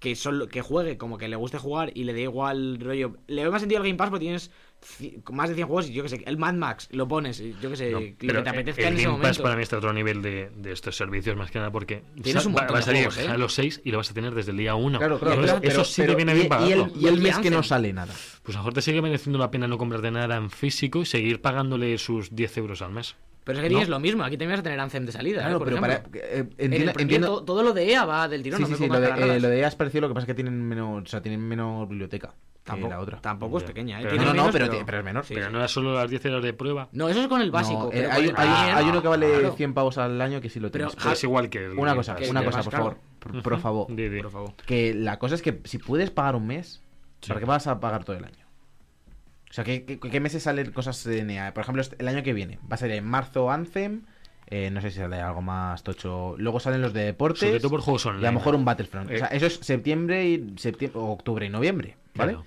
Speaker 3: que, solo, que juegue como que le guste jugar y le dé igual rollo. Le veo más sentido al Game Pass porque tienes ci- más de 100 juegos y yo que sé, el Mad Max lo pones, y yo que sé,
Speaker 1: No,
Speaker 3: lo
Speaker 1: pero
Speaker 3: eh, que te apetezca
Speaker 1: el
Speaker 3: en ese
Speaker 1: Game Pass
Speaker 3: momento.
Speaker 1: para mí está a otro nivel de, de estos servicios, más que nada, porque
Speaker 3: Tienes un
Speaker 1: va-
Speaker 3: montón de
Speaker 1: vas a ir
Speaker 3: juegos, ¿eh?
Speaker 1: a los 6 y lo vas a tener desde el día 1.
Speaker 2: Claro, claro,
Speaker 1: eso,
Speaker 2: pero-
Speaker 1: sí te
Speaker 2: pero-
Speaker 1: viene
Speaker 2: y-
Speaker 1: bien
Speaker 2: y,
Speaker 1: pagarlo.
Speaker 2: el, y el
Speaker 3: Y
Speaker 2: mes que no
Speaker 3: Anthem.
Speaker 2: sale nada.
Speaker 1: Pues a lo mejor te sigue mereciendo la pena no comprarte nada en físico y seguir pagándole sus 10 euros al mes.
Speaker 3: Pero es que
Speaker 1: No.
Speaker 3: tienes lo mismo, aquí también vas a tener Anthem de salida. ¿eh?
Speaker 2: Claro,
Speaker 3: Por
Speaker 2: pero para.
Speaker 3: ejemplo.
Speaker 2: eh,
Speaker 3: En el
Speaker 2: entiendo-
Speaker 3: primer,
Speaker 2: entiendo-
Speaker 3: to- todo lo de EA va del tirón.
Speaker 2: Sí,
Speaker 3: no
Speaker 2: sí,
Speaker 3: me
Speaker 2: sí,
Speaker 3: pongas
Speaker 2: lo de,
Speaker 3: caras raras.
Speaker 2: eh, lo de EA es parecido, lo que pasa es que tienen menos, o sea, tienen menos biblioteca
Speaker 3: tampoco,
Speaker 2: que la otra.
Speaker 3: tampoco es
Speaker 1: Ya.
Speaker 3: pequeña. ¿eh?
Speaker 1: Pero
Speaker 3: Tiene
Speaker 2: no, no,
Speaker 3: menos,
Speaker 2: pero, ti- pero es menor.
Speaker 3: Sí,
Speaker 1: Pero
Speaker 3: sí.
Speaker 1: no era solo las 10 horas de prueba.
Speaker 3: No, eso es con el básico.
Speaker 2: No,
Speaker 3: pero
Speaker 2: eh,
Speaker 3: con
Speaker 2: hay,
Speaker 3: el
Speaker 2: hay-
Speaker 3: Premier-
Speaker 2: hay uno que vale
Speaker 3: Claro.
Speaker 2: 100 pavos al año que sí lo
Speaker 3: Pero
Speaker 2: tienes.
Speaker 3: Ja-
Speaker 1: Es igual que el
Speaker 2: Una
Speaker 1: Game
Speaker 2: cosa,
Speaker 1: Pass,
Speaker 2: una
Speaker 1: ya.
Speaker 2: cosa,
Speaker 3: más
Speaker 2: por
Speaker 3: caro.
Speaker 2: favor. Por, por favor.
Speaker 1: Di, di.
Speaker 3: Por favor.
Speaker 2: Que la cosa es que si puedes pagar un mes, ¿para qué vas a pagar todo el año? O sea, ¿qué, qué- qué meses salen cosas en EA? Por ejemplo, este- el año que viene va a ser en marzo Anthem. eh, no sé si sale algo más tocho. Luego salen los de deportes.
Speaker 1: Sobre todo por juegos
Speaker 2: y
Speaker 1: online.
Speaker 2: a lo mejor un Battlefront. O sea,
Speaker 1: Eh.
Speaker 2: eso es septiembre y septiembre, o octubre y noviembre, ¿vale?
Speaker 1: Claro.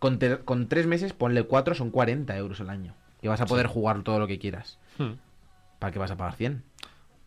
Speaker 2: Con, te- con tres meses, ponle cuatro, son 40 euros al año. Y vas a poder jugar todo lo que quieras.
Speaker 1: Hmm.
Speaker 2: ¿Para qué vas a pagar 100?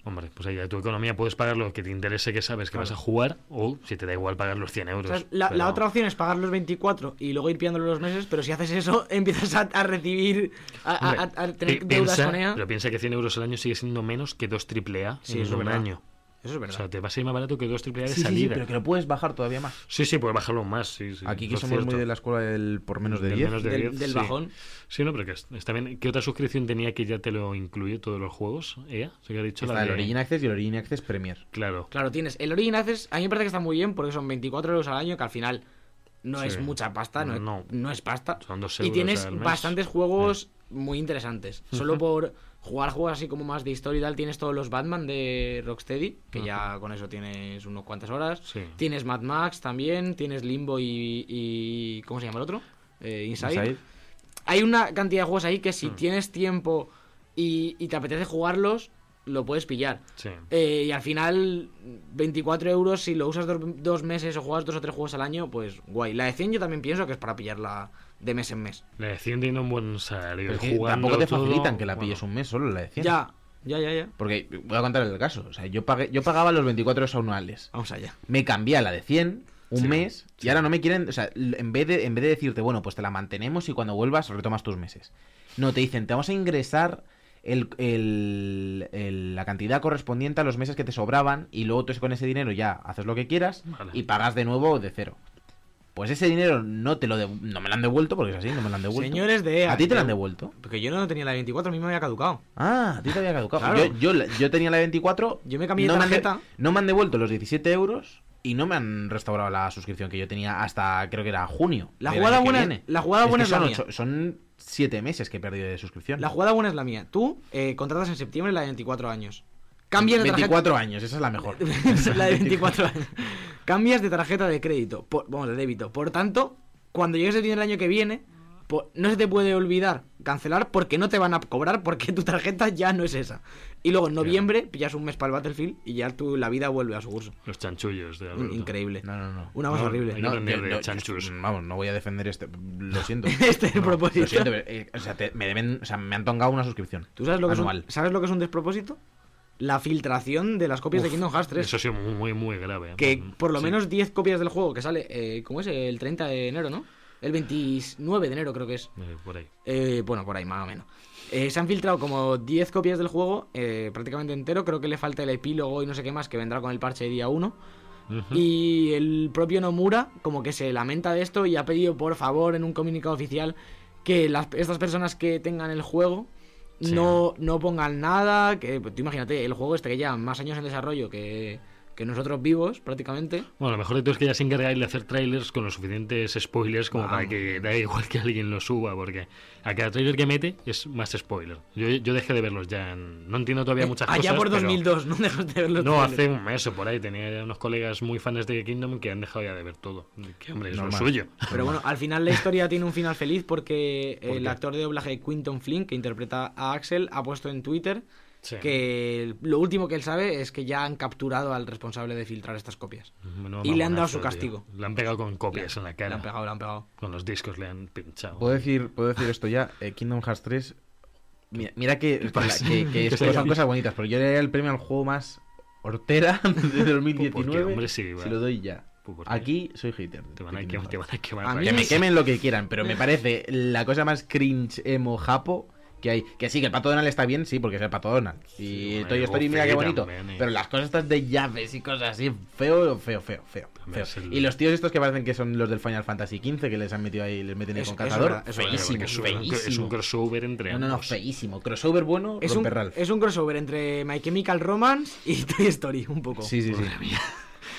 Speaker 1: Hombre, pues ahí a tu economía puedes pagar lo que te interese, que sabes que vas a jugar, o si te da igual pagar los 100 euros.
Speaker 3: Pues, O sea, la, la
Speaker 1: pero-
Speaker 3: otra opción es pagar los 24 y luego ir pidiéndolo los meses, pero si haces eso, empiezas a, a recibir, a, a-
Speaker 1: Hombre,
Speaker 3: a- a tener
Speaker 1: pi-
Speaker 3: deudas
Speaker 1: piensa-
Speaker 3: con EA.
Speaker 1: Pero piensa que 100 euros al año sigue siendo menos que 2 AAA
Speaker 3: Sí,
Speaker 1: en
Speaker 3: eso es
Speaker 1: un
Speaker 3: verdad.
Speaker 1: año.
Speaker 3: Eso es
Speaker 1: O
Speaker 3: verdad.
Speaker 1: sea, te va a ser más barato que 2 AAA de
Speaker 2: Sí, sí, sí,
Speaker 1: salida.
Speaker 2: pero que lo puedes bajar todavía más.
Speaker 1: Sí, sí, puede bajarlo más. ¿eh? Sí, sí,
Speaker 2: Aquí
Speaker 1: eso
Speaker 2: que
Speaker 1: es
Speaker 2: somos muy
Speaker 1: cierto.
Speaker 2: de la escuela del por menos de
Speaker 1: Del
Speaker 2: 10.
Speaker 1: menos de
Speaker 3: Del-
Speaker 1: 10,
Speaker 3: del
Speaker 1: sí.
Speaker 3: bajón.
Speaker 1: Sí, no, pero que es- está bien. ¿Qué otra suscripción tenía que ya te lo incluye todos los juegos? ¿EA? Se que ha dicho
Speaker 2: Está
Speaker 1: la
Speaker 2: el
Speaker 1: de-
Speaker 2: Origin Access y el Origin Access Premier.
Speaker 1: Claro.
Speaker 3: Claro, tienes. El Origin Access, a mí me parece que está muy bien porque son 24 euros al año, que al final no
Speaker 1: Sí.
Speaker 3: es mucha pasta, no, es-
Speaker 1: No.
Speaker 3: no. es pasta.
Speaker 1: Son dos
Speaker 3: y
Speaker 1: euros
Speaker 3: tienes
Speaker 1: al mes. Mm.
Speaker 3: bastantes juegos muy interesantes. Solo por jugar juegos así como más de historia y tal, tienes todos los Batman de Rocksteady, que ya con eso tienes unos cuantas horas.
Speaker 1: Sí.
Speaker 3: Tienes Mad Max también, tienes Limbo y. y- ¿Cómo se llama el otro? Eh, Inside.
Speaker 2: Inside.
Speaker 3: Hay una cantidad de juegos ahí que si
Speaker 1: Mm.
Speaker 3: tienes tiempo y, y te apetece jugarlos, lo puedes pillar.
Speaker 1: Sí.
Speaker 3: Eh, y al final, 24 euros, si lo usas dos, dos meses o juegas dos o tres juegos al año, pues guay. La de 100 yo también pienso que es para pillarla de mes en mes.
Speaker 1: La de 100 tiene un buen salario.
Speaker 2: Pero es que
Speaker 1: Jugando
Speaker 2: tampoco te
Speaker 1: todo,
Speaker 2: facilitan que la
Speaker 1: bueno.
Speaker 2: pilles un mes solo, la de 100.
Speaker 3: Ya, ya, ya, ya.
Speaker 2: Porque voy a contar el caso. O sea, yo, pagué, yo pagaba los 24 euros anuales.
Speaker 3: Vamos allá.
Speaker 2: Me cambié a la de 100 un
Speaker 1: Sí,
Speaker 2: mes y ahora no me quieren. O sea, l- en vez, de, en vez de decirte, bueno, pues te la mantenemos y cuando vuelvas retomas tus meses. No, te dicen, te vamos a ingresar el, el- el- la cantidad correspondiente a los meses que te sobraban y luego tú con ese dinero ya haces lo que quieras
Speaker 1: Vale.
Speaker 2: y pagas de nuevo de cero. Pues ese dinero no te lo devu- no me lo han devuelto porque es así, no me lo han devuelto.
Speaker 3: Señores de EA.
Speaker 2: ¿A ti te lo han
Speaker 3: yo-
Speaker 2: devuelto?
Speaker 3: Porque yo no tenía la de 24, a mí me había caducado.
Speaker 2: Ah, a ti te había caducado.
Speaker 3: Claro.
Speaker 2: Yo, yo, la- yo tenía la 24.
Speaker 3: Yo me cambié de
Speaker 2: han de-
Speaker 3: tarjeta.
Speaker 2: no me han devuelto los 17 euros y no me han restaurado la suscripción que yo tenía hasta creo que era junio.
Speaker 3: La
Speaker 2: del
Speaker 3: jugada
Speaker 2: año que
Speaker 3: buena-
Speaker 2: viene.
Speaker 3: la jugada
Speaker 2: Es que
Speaker 3: buena es la
Speaker 2: son
Speaker 3: mía.
Speaker 2: ocho- son 7 meses que he perdido de suscripción.
Speaker 3: La jugada buena es la mía. Tú eh, contratas en septiembre la de 24 años. Cambias de tarjeta.
Speaker 2: 24 años, esa es la mejor.
Speaker 3: la de 24 años. Cambias de tarjeta de crédito, por- vamos, de débito. Por tanto, cuando llegues el día del año que viene, po- no se te puede olvidar cancelar porque no te van a cobrar porque tu tarjeta ya no es esa. Y luego en noviembre pillas un mes para el Battlefield y ya tu, la vida vuelve a su curso.
Speaker 1: Los chanchullos de Alberto.
Speaker 3: Increíble.
Speaker 2: No, no, no.
Speaker 3: Una cosa
Speaker 1: No,
Speaker 3: horrible.
Speaker 1: hay que aprender de chanchus.
Speaker 2: yo- mm, vamos, no voy a defender este. Lo siento.
Speaker 3: Este
Speaker 2: No,
Speaker 3: propósito.
Speaker 2: Lo siento, pero, eh, o, sea, te- me deben, o sea, me han tongado una suscripción.
Speaker 3: ¿Tú sabes lo, que es un,
Speaker 2: anual.
Speaker 3: sabes lo que es un despropósito? La filtración de las copias de Kingdom Hearts 3.
Speaker 1: Eso ha sido muy, muy, muy grave.
Speaker 3: que
Speaker 1: Ujú.
Speaker 3: por lo
Speaker 1: Sí.
Speaker 3: menos 10 copias del juego que sale, eh, ¿cómo es? El 30 de enero, ¿no? El 29 de enero creo que es.
Speaker 1: Eh, por ahí.
Speaker 3: Eh, bueno, por ahí más o menos. Eh, se han filtrado como 10 copias del juego, eh, prácticamente entero. Creo que le falta el epílogo y no sé qué más que vendrá con el parche de día 1. Y el propio Nomura como que se lamenta de esto y ha pedido por favor en un comunicado oficial que las, estas personas que tengan el juego
Speaker 1: Sí.
Speaker 3: no, no pongan nada. Que, pues, tú imagínate, el juego este que lleva más años en desarrollo que, que nosotros vivos prácticamente.
Speaker 1: Bueno, lo mejor de todo es que ya se encargáis de hacer trailers con los suficientes spoilers como para que da igual que alguien lo suba, porque a cada trailer que mete es más spoiler. Yo, yo dejé de verlos ya, en- no entiendo todavía muchas
Speaker 3: Eh, Allá
Speaker 1: cosas.
Speaker 3: por
Speaker 1: pero
Speaker 3: 2002, no dejaste de verlo.
Speaker 1: No, hace un mes o por ahí tenía ya unos colegas muy fans de Kingdom que han dejado ya de ver todo. Que hombre, es
Speaker 2: Normal.
Speaker 1: lo suyo.
Speaker 3: Pero bueno, al final la historia tiene un final feliz porque
Speaker 1: ¿Por
Speaker 3: el
Speaker 1: qué?
Speaker 3: actor de doblaje Quinton Flynn, que interpreta a Axel, ha puesto en Twitter
Speaker 1: Sí.
Speaker 3: que lo último que él sabe es que ya han capturado al responsable de filtrar estas copias.
Speaker 1: Menudo
Speaker 3: y le han dado
Speaker 1: mamonazo,
Speaker 3: su castigo.
Speaker 1: tío. Le han pegado con copias en la cara.
Speaker 3: Le han pegado, le han pegado.
Speaker 1: Con los discos le han pinchado.
Speaker 2: Puedo decir, puedo decir esto ya, eh, Kingdom Hearts 3. Mira, mira que, que la-
Speaker 1: pasa?
Speaker 2: que- que
Speaker 1: ¿Qué
Speaker 2: esto
Speaker 1: se
Speaker 2: son
Speaker 1: dice?
Speaker 2: cosas bonitas, porque yo le daría el premio al juego más hortera de 2019.
Speaker 1: Porque, hombre, sí,
Speaker 2: se
Speaker 1: va.
Speaker 2: lo doy ya.
Speaker 1: Pues, ¿por qué?
Speaker 2: Aquí soy hater.
Speaker 1: Te van a,
Speaker 2: Pequeño
Speaker 1: que-
Speaker 2: Javi.
Speaker 1: te van a quemar.
Speaker 3: A
Speaker 1: la
Speaker 2: Que
Speaker 3: mí
Speaker 2: me
Speaker 1: cabeza.
Speaker 2: quemen lo que quieran, pero me parece la cosa más cringe emo japo que hay. Que sí, que el pato Donald está bien, sí, porque es el pato Donald. Y
Speaker 1: Sí, bueno,
Speaker 2: Toy
Speaker 1: y
Speaker 2: Story,
Speaker 1: Buffy
Speaker 2: mira qué bonito.
Speaker 1: también, eh.
Speaker 2: Pero las cosas estas de llaves y cosas así, feo, feo, feo, feo.
Speaker 1: También
Speaker 2: feo.
Speaker 1: es el-
Speaker 2: Y los tíos estos que parecen que son los del Final Fantasy XV, que les han metido ahí, les meten ahí
Speaker 3: Es-
Speaker 2: con
Speaker 3: eso es
Speaker 2: cazador.
Speaker 3: verdad, eso es verdad,
Speaker 2: feísimo,
Speaker 1: Porque es un- Es un
Speaker 2: feísimo.
Speaker 1: crossover entre
Speaker 2: No, no, no,
Speaker 1: ambos.
Speaker 2: feísimo. Crossover bueno,
Speaker 3: Es un,
Speaker 2: romperral.
Speaker 3: es un crossover entre My Chemical Romance y Toy Story, un poco.
Speaker 2: Sí, sí, sí.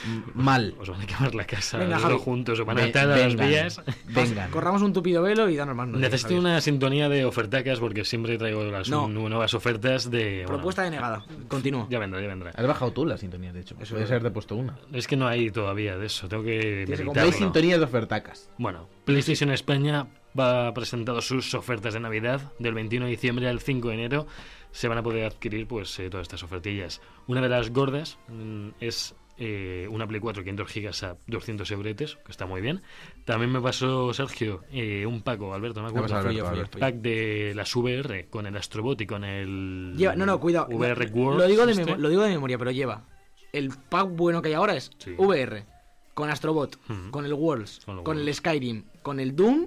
Speaker 2: M- Mal.
Speaker 1: Os Pues van a quemar la casa
Speaker 3: Venga,
Speaker 1: los
Speaker 3: Javi.
Speaker 1: dos juntos, os van a
Speaker 2: Ve-
Speaker 1: atar a las
Speaker 2: vengan,
Speaker 1: vías.
Speaker 2: Vengan.
Speaker 3: Corramos un tupido velo y danos más noticias,
Speaker 1: Necesito
Speaker 3: Javier.
Speaker 1: una sintonía de ofertacas porque siempre traigo las
Speaker 3: No.
Speaker 1: nu- nuevas ofertas de. bueno,
Speaker 3: Propuesta denegada. Continúa.
Speaker 1: Ya vendrá, ya vendrá.
Speaker 2: Has bajado tú las sintonías, de hecho.
Speaker 3: Eso
Speaker 2: Puedes
Speaker 3: es.
Speaker 2: haberte puesto una.
Speaker 1: Es que no hay todavía de eso, tengo que.
Speaker 3: que
Speaker 2: No hay
Speaker 1: meditarlo.
Speaker 2: sintonías de ofertacas.
Speaker 1: Bueno, PlayStation España va ha presentado sus ofertas de Navidad del 21 de diciembre al 5 de enero. Se van a poder adquirir pues eh, todas estas ofertillas. Una de las gordas mm, es eh, una Play 4 500 gigas a 200 euretes, que está muy bien. También me pasó Sergio eh, un paco, Alberto, no me
Speaker 2: ¿Qué ha
Speaker 1: acuerdo.
Speaker 2: pasado,
Speaker 3: fui yo,
Speaker 2: Alberto?
Speaker 3: fui yo,
Speaker 2: Alberto?
Speaker 3: fui yo.
Speaker 1: Pack de las VR con el Astrobot y con el.
Speaker 3: Lleva- no, no, cuidado.
Speaker 1: VR World.
Speaker 3: lo, digo de memo- lo digo de memoria, pero lleva. El pack bueno que hay ahora es
Speaker 1: Sí.
Speaker 3: VR, con Astrobot,
Speaker 1: Ujú.
Speaker 3: con el Worlds,
Speaker 1: Con
Speaker 3: con,
Speaker 1: el
Speaker 3: el
Speaker 1: Worlds.
Speaker 3: Skyrim, con el Doom,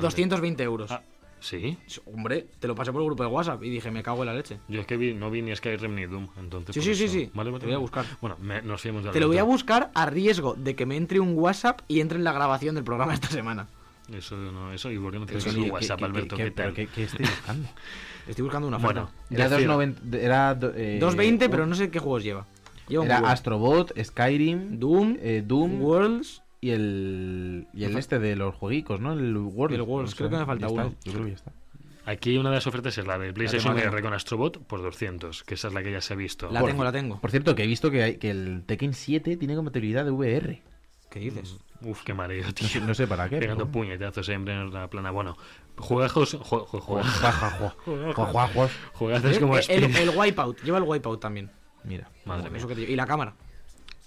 Speaker 1: 200
Speaker 3: 220 euros.
Speaker 1: Ah, Sí.
Speaker 3: Hombre, te lo pasé por el grupo de WhatsApp y dije, me cago en la leche.
Speaker 1: Yo es que vi- no vi ni Skyrim ni Doom, entonces.
Speaker 3: Sí,
Speaker 1: por
Speaker 3: sí, sí,
Speaker 1: eso-
Speaker 3: sí.
Speaker 1: Vale, vale,
Speaker 3: Te voy a
Speaker 1: vale.
Speaker 3: buscar.
Speaker 1: Bueno, me- nos fiamos de
Speaker 3: Te lo voy a
Speaker 1: Alberto.
Speaker 3: buscar a riesgo de que me entre un WhatsApp y entre en la grabación del programa esta semana.
Speaker 1: Eso no, eso y por qué no tienes
Speaker 2: Pero
Speaker 1: su
Speaker 2: ¿qué-
Speaker 1: WhatsApp,
Speaker 2: qué-
Speaker 1: Alberto,
Speaker 2: qué-
Speaker 1: ¿qué
Speaker 2: pero
Speaker 1: tal?
Speaker 2: ¿Qué, qué estoy buscando?
Speaker 3: Estoy buscando una
Speaker 1: Bueno,
Speaker 3: foto.
Speaker 2: Era
Speaker 1: decía,
Speaker 2: 2.90. Era, do- eh,
Speaker 3: 220, pero
Speaker 2: un-
Speaker 3: no sé qué juegos lleva. Lleva un
Speaker 2: Era
Speaker 3: World,
Speaker 2: Astrobot, Skyrim,
Speaker 3: Doom,
Speaker 2: eh, Doom
Speaker 3: Worlds.
Speaker 2: y el, y el este de los jueguicos, ¿no? El World.
Speaker 3: El Worlds, creo que me falta
Speaker 2: ya está,
Speaker 3: uno.
Speaker 2: Yo creo que ya está.
Speaker 1: Aquí una de las ofertas es la de PlayStation
Speaker 3: tengo, la
Speaker 1: VR con Astrobot por 200, que esa es la que ya se ha visto.
Speaker 3: La
Speaker 1: Por-
Speaker 3: tengo, la tengo.
Speaker 2: Por cierto, que he visto que, hay- que el Tekken 7 tiene compatibilidad de VR.
Speaker 3: ¿Qué dices?
Speaker 1: Uf, qué mareo,
Speaker 2: No sé,
Speaker 1: tío.
Speaker 2: no sé para qué.
Speaker 1: Pegando
Speaker 2: pero-
Speaker 1: puñetazos siempre en la plana. Bueno, juegajos, jue- jue- jue-
Speaker 2: Juaja, jua- jua- jua-
Speaker 1: juegazos como
Speaker 3: Eh, el,
Speaker 1: Speed.
Speaker 3: el Wipeout, lleva el Wipeout también.
Speaker 2: Mira.
Speaker 1: Madre mía.
Speaker 3: Eso que te digo. Y la cámara.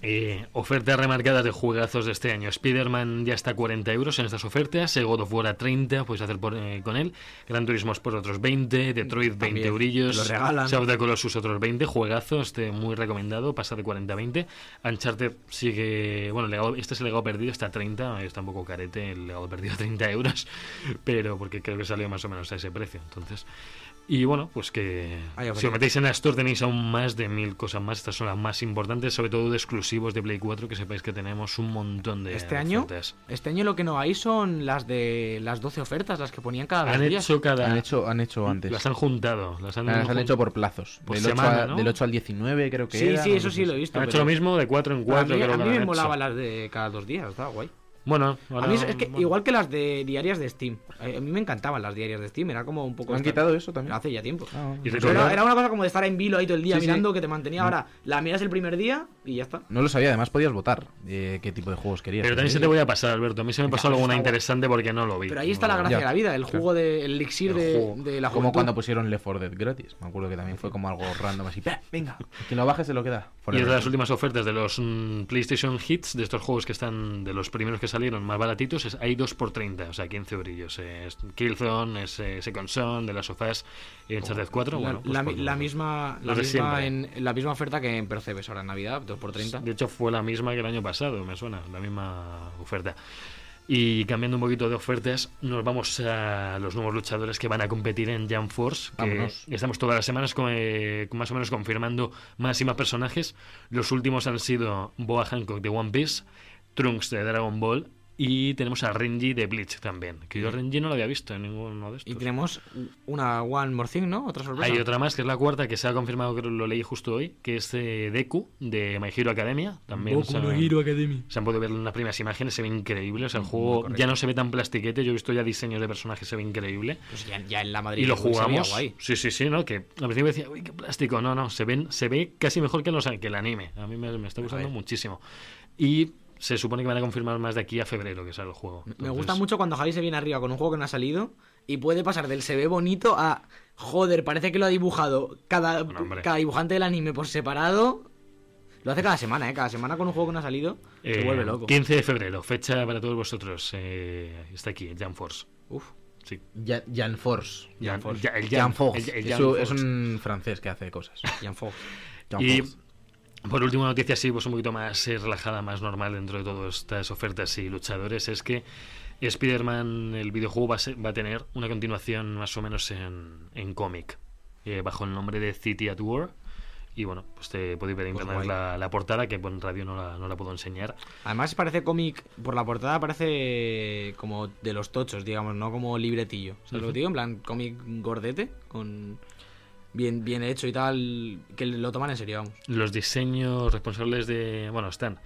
Speaker 1: Eh, ofertas remarcadas de juegazos de este año. Spider-Man ya está a 40 euros en estas ofertas. El God of War a 30, puedes hacer por- eh, con él. Gran Turismo por otros 20. Detroit 20
Speaker 3: También,
Speaker 1: eurillos.
Speaker 3: te lo regalan.
Speaker 1: Shadow of the Colossus otros 20. Juegazo, este muy recomendado. Pasa de 40 a 20. Uncharted sigue. Bueno, el legado- este es el legado perdido, está a 30. Está un poco carete el legado perdido a 30 euros. Pero porque creo que salió más o menos a ese precio. Entonces. Y bueno, pues que
Speaker 3: Hay
Speaker 1: si os
Speaker 3: ofertas.
Speaker 1: metéis en la Store tenéis aún más de mil cosas más. Estas son las más importantes, sobre todo de exclusivos de Play 4, que sepáis que tenemos un montón de
Speaker 3: Este año,
Speaker 1: ofertas.
Speaker 3: este año lo que no hay son las de las 12 ofertas, las que ponían cada
Speaker 1: Han
Speaker 3: dos días.
Speaker 1: hecho cada...
Speaker 2: Ah, Han hecho, han hecho antes.
Speaker 1: Mm,
Speaker 2: Ah,
Speaker 1: Las han juntado. Las han,
Speaker 2: Las han
Speaker 1: jun-
Speaker 2: hecho por plazos.
Speaker 1: Por
Speaker 2: del, 8
Speaker 1: semana,
Speaker 2: a-
Speaker 1: ¿no?
Speaker 2: del 8 al 19 creo que
Speaker 3: Sí,
Speaker 2: era,
Speaker 3: sí,
Speaker 2: no
Speaker 3: eso
Speaker 2: sé
Speaker 3: sí
Speaker 2: si-
Speaker 3: lo he visto.
Speaker 1: Han hecho
Speaker 3: pero-
Speaker 1: lo mismo de 4 en 4.
Speaker 3: a mí,
Speaker 1: creo
Speaker 3: a
Speaker 1: que
Speaker 3: mí
Speaker 1: lo
Speaker 3: me
Speaker 1: han
Speaker 3: molaban
Speaker 1: hecho.
Speaker 3: las de cada dos días, estaba guay.
Speaker 1: Bueno,
Speaker 3: A
Speaker 1: ahora-
Speaker 3: mí es, es que
Speaker 1: bueno.
Speaker 3: igual que las de diarias de Steam. A a mí me encantaban las diarias de Steam, era como un poco...
Speaker 2: ¿Han
Speaker 3: estar-
Speaker 2: quitado eso también?
Speaker 3: Hace ya tiempo.
Speaker 2: Ah,
Speaker 1: Y
Speaker 2: no
Speaker 3: Pero
Speaker 1: recordad-
Speaker 3: era, era una cosa como de estar en vilo ahí todo el día
Speaker 2: Sí, sí.
Speaker 3: mirando que te
Speaker 1: Mm.
Speaker 3: mantenía. Ahora, la miras el primer día y ya está.
Speaker 2: No lo sabía, además podías votar eh, qué tipo de juegos querías.
Speaker 1: Pero también se te voy a pasar, Alberto. A mí se me pasó
Speaker 3: pues
Speaker 1: alguna
Speaker 3: está guay.
Speaker 1: interesante porque no lo vi.
Speaker 3: Pero ahí está
Speaker 1: No lo
Speaker 3: la
Speaker 1: vi.
Speaker 2: Ya.
Speaker 3: gracia de la vida, el jugo de, el elixir
Speaker 1: El
Speaker 3: de,
Speaker 1: jugo.
Speaker 3: de la
Speaker 2: Como
Speaker 3: juventud.
Speaker 2: cuando pusieron Left 4 Dead gratis. Me acuerdo que también fue como algo random así. "Bah, Venga, quien lo baje se lo
Speaker 1: Y
Speaker 2: queda.
Speaker 1: es
Speaker 2: Forever.
Speaker 1: de las últimas ofertas de los mm, PlayStation Hits, de estos juegos que están, de los primeros que salieron más baratitos, es, hay 2 por 30, o sea, 15 eurillos. eh, Es Killzone, es eh, Second Son, de las sofás y Uncharted 4.
Speaker 3: Oh, La,
Speaker 1: bueno, pues
Speaker 3: la
Speaker 1: por
Speaker 3: mi-
Speaker 1: lo
Speaker 3: la
Speaker 1: menos.
Speaker 3: misma, la
Speaker 1: Los de
Speaker 3: misma,
Speaker 1: siempre.
Speaker 3: en- la misma oferta que en Percebes ahora en Navidad, 2 por 30
Speaker 1: De hecho, fue la misma que el año pasado, me suena, la misma oferta. Y cambiando un poquito de ofertas, nos vamos a los nuevos luchadores que van a competir en Jam Force. que
Speaker 2: Vámonos.
Speaker 1: estamos todas las semanas con, eh, más o menos confirmando más y más personajes. Los últimos han sido Boa Hancock de One Piece, Trunks de Dragon Ball y tenemos a Renji de Bleach también. Que yo a Renji no lo había visto en ninguno de estos.
Speaker 3: Mm. Y tenemos una One More Thing, ¿no? Otra sorpresa.
Speaker 1: Hay otra más, que es la cuarta, que se ha confirmado, que lo leí justo hoy, que es eh, Deku, de My Hero Academia. También se han- se han podido ver unas primeras imágenes, se ve increíble. O sea, el
Speaker 3: Mm,
Speaker 1: juego ya no se ve tan plastiquete. Yo he visto ya diseños de personajes, se ve increíble.
Speaker 3: Pues ya, ya en la Madrid.
Speaker 1: Y lo
Speaker 3: Games había
Speaker 1: jugamos.
Speaker 3: guay.
Speaker 1: Sí, sí, sí, ¿no? Que al principio decía, uy, qué plástico. No, no, se, ven, se ve casi mejor que, los, que el anime. A mí me, me está gustando
Speaker 3: Joder.
Speaker 1: muchísimo. Y se supone que van a confirmar más de aquí a febrero que sale el juego.
Speaker 3: Me
Speaker 1: Entonces,
Speaker 3: gusta mucho cuando Javi se viene arriba con un juego que no ha salido y puede pasar del se ve bonito a joder, parece que lo ha dibujado cada,
Speaker 1: Bueno, hombre.
Speaker 3: cada dibujante del anime por separado. Lo hace cada semana, ¿eh? Cada semana con un juego que no ha salido
Speaker 1: eh,
Speaker 3: se vuelve loco.
Speaker 1: 15 de febrero, fecha para todos vosotros. Eh, está aquí, el Jam Force.
Speaker 3: Uf.
Speaker 1: Sí.
Speaker 2: Ya- Jan Force.
Speaker 1: Ya-
Speaker 3: Jam Force.
Speaker 1: ya- el
Speaker 2: Jan Force.
Speaker 1: el- el
Speaker 2: Es
Speaker 1: Jam
Speaker 2: un- es
Speaker 1: Force.
Speaker 2: un francés que hace cosas.
Speaker 3: Jan Fox.
Speaker 2: Jan
Speaker 1: Y
Speaker 2: Force.
Speaker 1: Por último, una noticia así, pues un poquito más eh, relajada, más normal dentro de todas estas ofertas y luchadores, es que Spider-Man, el videojuego, va a, ser- va a tener una continuación más o menos en, en cómic, eh, bajo el nombre de City at War. Y bueno, pues te podéis ver en
Speaker 2: Pues
Speaker 1: internet
Speaker 2: guay.
Speaker 1: la, la portada, que por radio no la, no la puedo enseñar.
Speaker 3: Además parece cómic, por la portada parece como de los tochos, digamos, no como libretillo. ¿Sabes lo que te digo? En plan cómic gordete, con bien, bien hecho y tal, que lo toman en serio, vamos.
Speaker 1: Los diseños responsables de. Bueno, están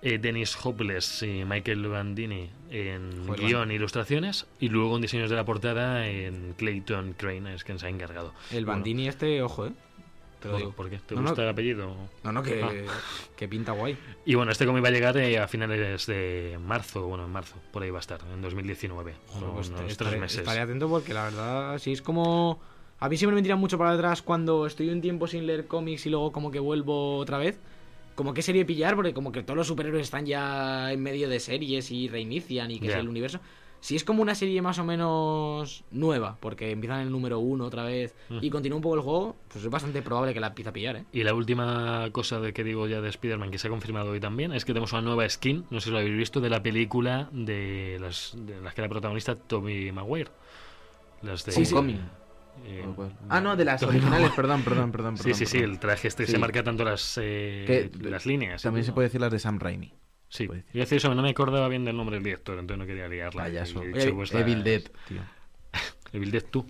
Speaker 1: eh, Dennis Hopeless y Michael Bandini en
Speaker 2: Joder,
Speaker 1: guión e ilustraciones. Y luego en diseños de la portada en Clayton Crane, es quien se ha encargado.
Speaker 3: El
Speaker 1: Bueno,
Speaker 3: Bandini este, ojo, eh. Te lo
Speaker 1: ¿por-
Speaker 3: digo.
Speaker 1: ¿Por qué? ¿Te
Speaker 3: No, no.
Speaker 1: gusta el apellido?
Speaker 3: No, no, que,
Speaker 1: Ah.
Speaker 3: que pinta guay.
Speaker 1: Y bueno, este cómic va a llegar eh, a finales de marzo, bueno, en marzo, por ahí va a estar, en 2019,
Speaker 3: Joder,
Speaker 1: con
Speaker 3: pues
Speaker 1: unos
Speaker 3: estaré-
Speaker 1: tres meses.
Speaker 3: Estaré atento porque la verdad, sí, es como... A mí siempre me tiran mucho para atrás cuando estoy un tiempo sin leer cómics y luego como que vuelvo otra vez. Como qué serie pillar, porque como que todos los superhéroes están ya en medio de series y reinician y que
Speaker 1: Ya.
Speaker 3: es el universo. Si es como una serie más o menos nueva, porque empiezan en el número uno otra vez y continúa un poco el juego, pues es bastante probable que la empiece a pillar, ¿eh?
Speaker 1: Y la última cosa de que digo ya de Spider-Man que se ha confirmado hoy también es que tenemos una nueva skin, no sé si lo habéis visto, de la película de las, de las que era protagonista Tommy Maguire. Las de,
Speaker 2: Sí, sí. Homecoming.
Speaker 1: eh,
Speaker 2: Ah, no, de las
Speaker 1: Tobey
Speaker 2: originales,
Speaker 1: Maguire.
Speaker 2: perdón, perdón, perdón.
Speaker 1: Sí,
Speaker 2: perdón,
Speaker 1: sí, sí,
Speaker 2: perdón.
Speaker 1: el traje este que se
Speaker 2: Sí.
Speaker 1: marca tanto las, eh,
Speaker 2: Que-
Speaker 1: las líneas.
Speaker 2: También se puede decir las de Sam Raimi.
Speaker 1: Sí,
Speaker 2: puede
Speaker 1: voy
Speaker 2: decir.
Speaker 1: a decir eso, no me acordaba bien del nombre del director, entonces no quería liarla.
Speaker 2: Payaso.
Speaker 1: Y he dicho,
Speaker 2: Evil,
Speaker 1: pues,
Speaker 2: Evil
Speaker 1: las-
Speaker 2: Dead, tío.
Speaker 1: Evil Dead tú.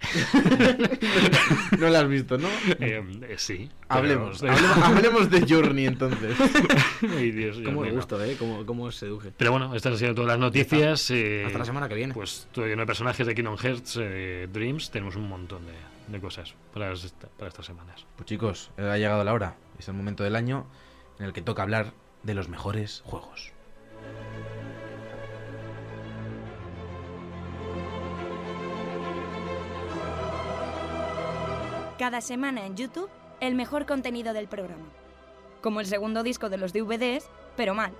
Speaker 2: No la has visto, ¿no?
Speaker 1: Eh, eh, sí.
Speaker 2: Hablemos,
Speaker 1: pero-
Speaker 2: hablemos, hablemos de Journey entonces.
Speaker 1: Ay, Dios, Dios
Speaker 3: Como el
Speaker 1: mío.
Speaker 3: gusto, ¿eh? Como, como seduje.
Speaker 1: Pero bueno, estas han sido todas las noticias. eh,
Speaker 3: Hasta la semana que viene.
Speaker 1: Pues todavía no hay personajes de Kingdom Hearts, eh, Dreams, tenemos un montón de, de cosas para, las- para estas semanas.
Speaker 2: Pues chicos, eh, ha llegado la hora. Es el momento del año en el que toca hablar de los mejores juegos.
Speaker 4: Cada semana en YouTube, el mejor contenido del programa. Como el segundo disco de los DVDs, pero mal.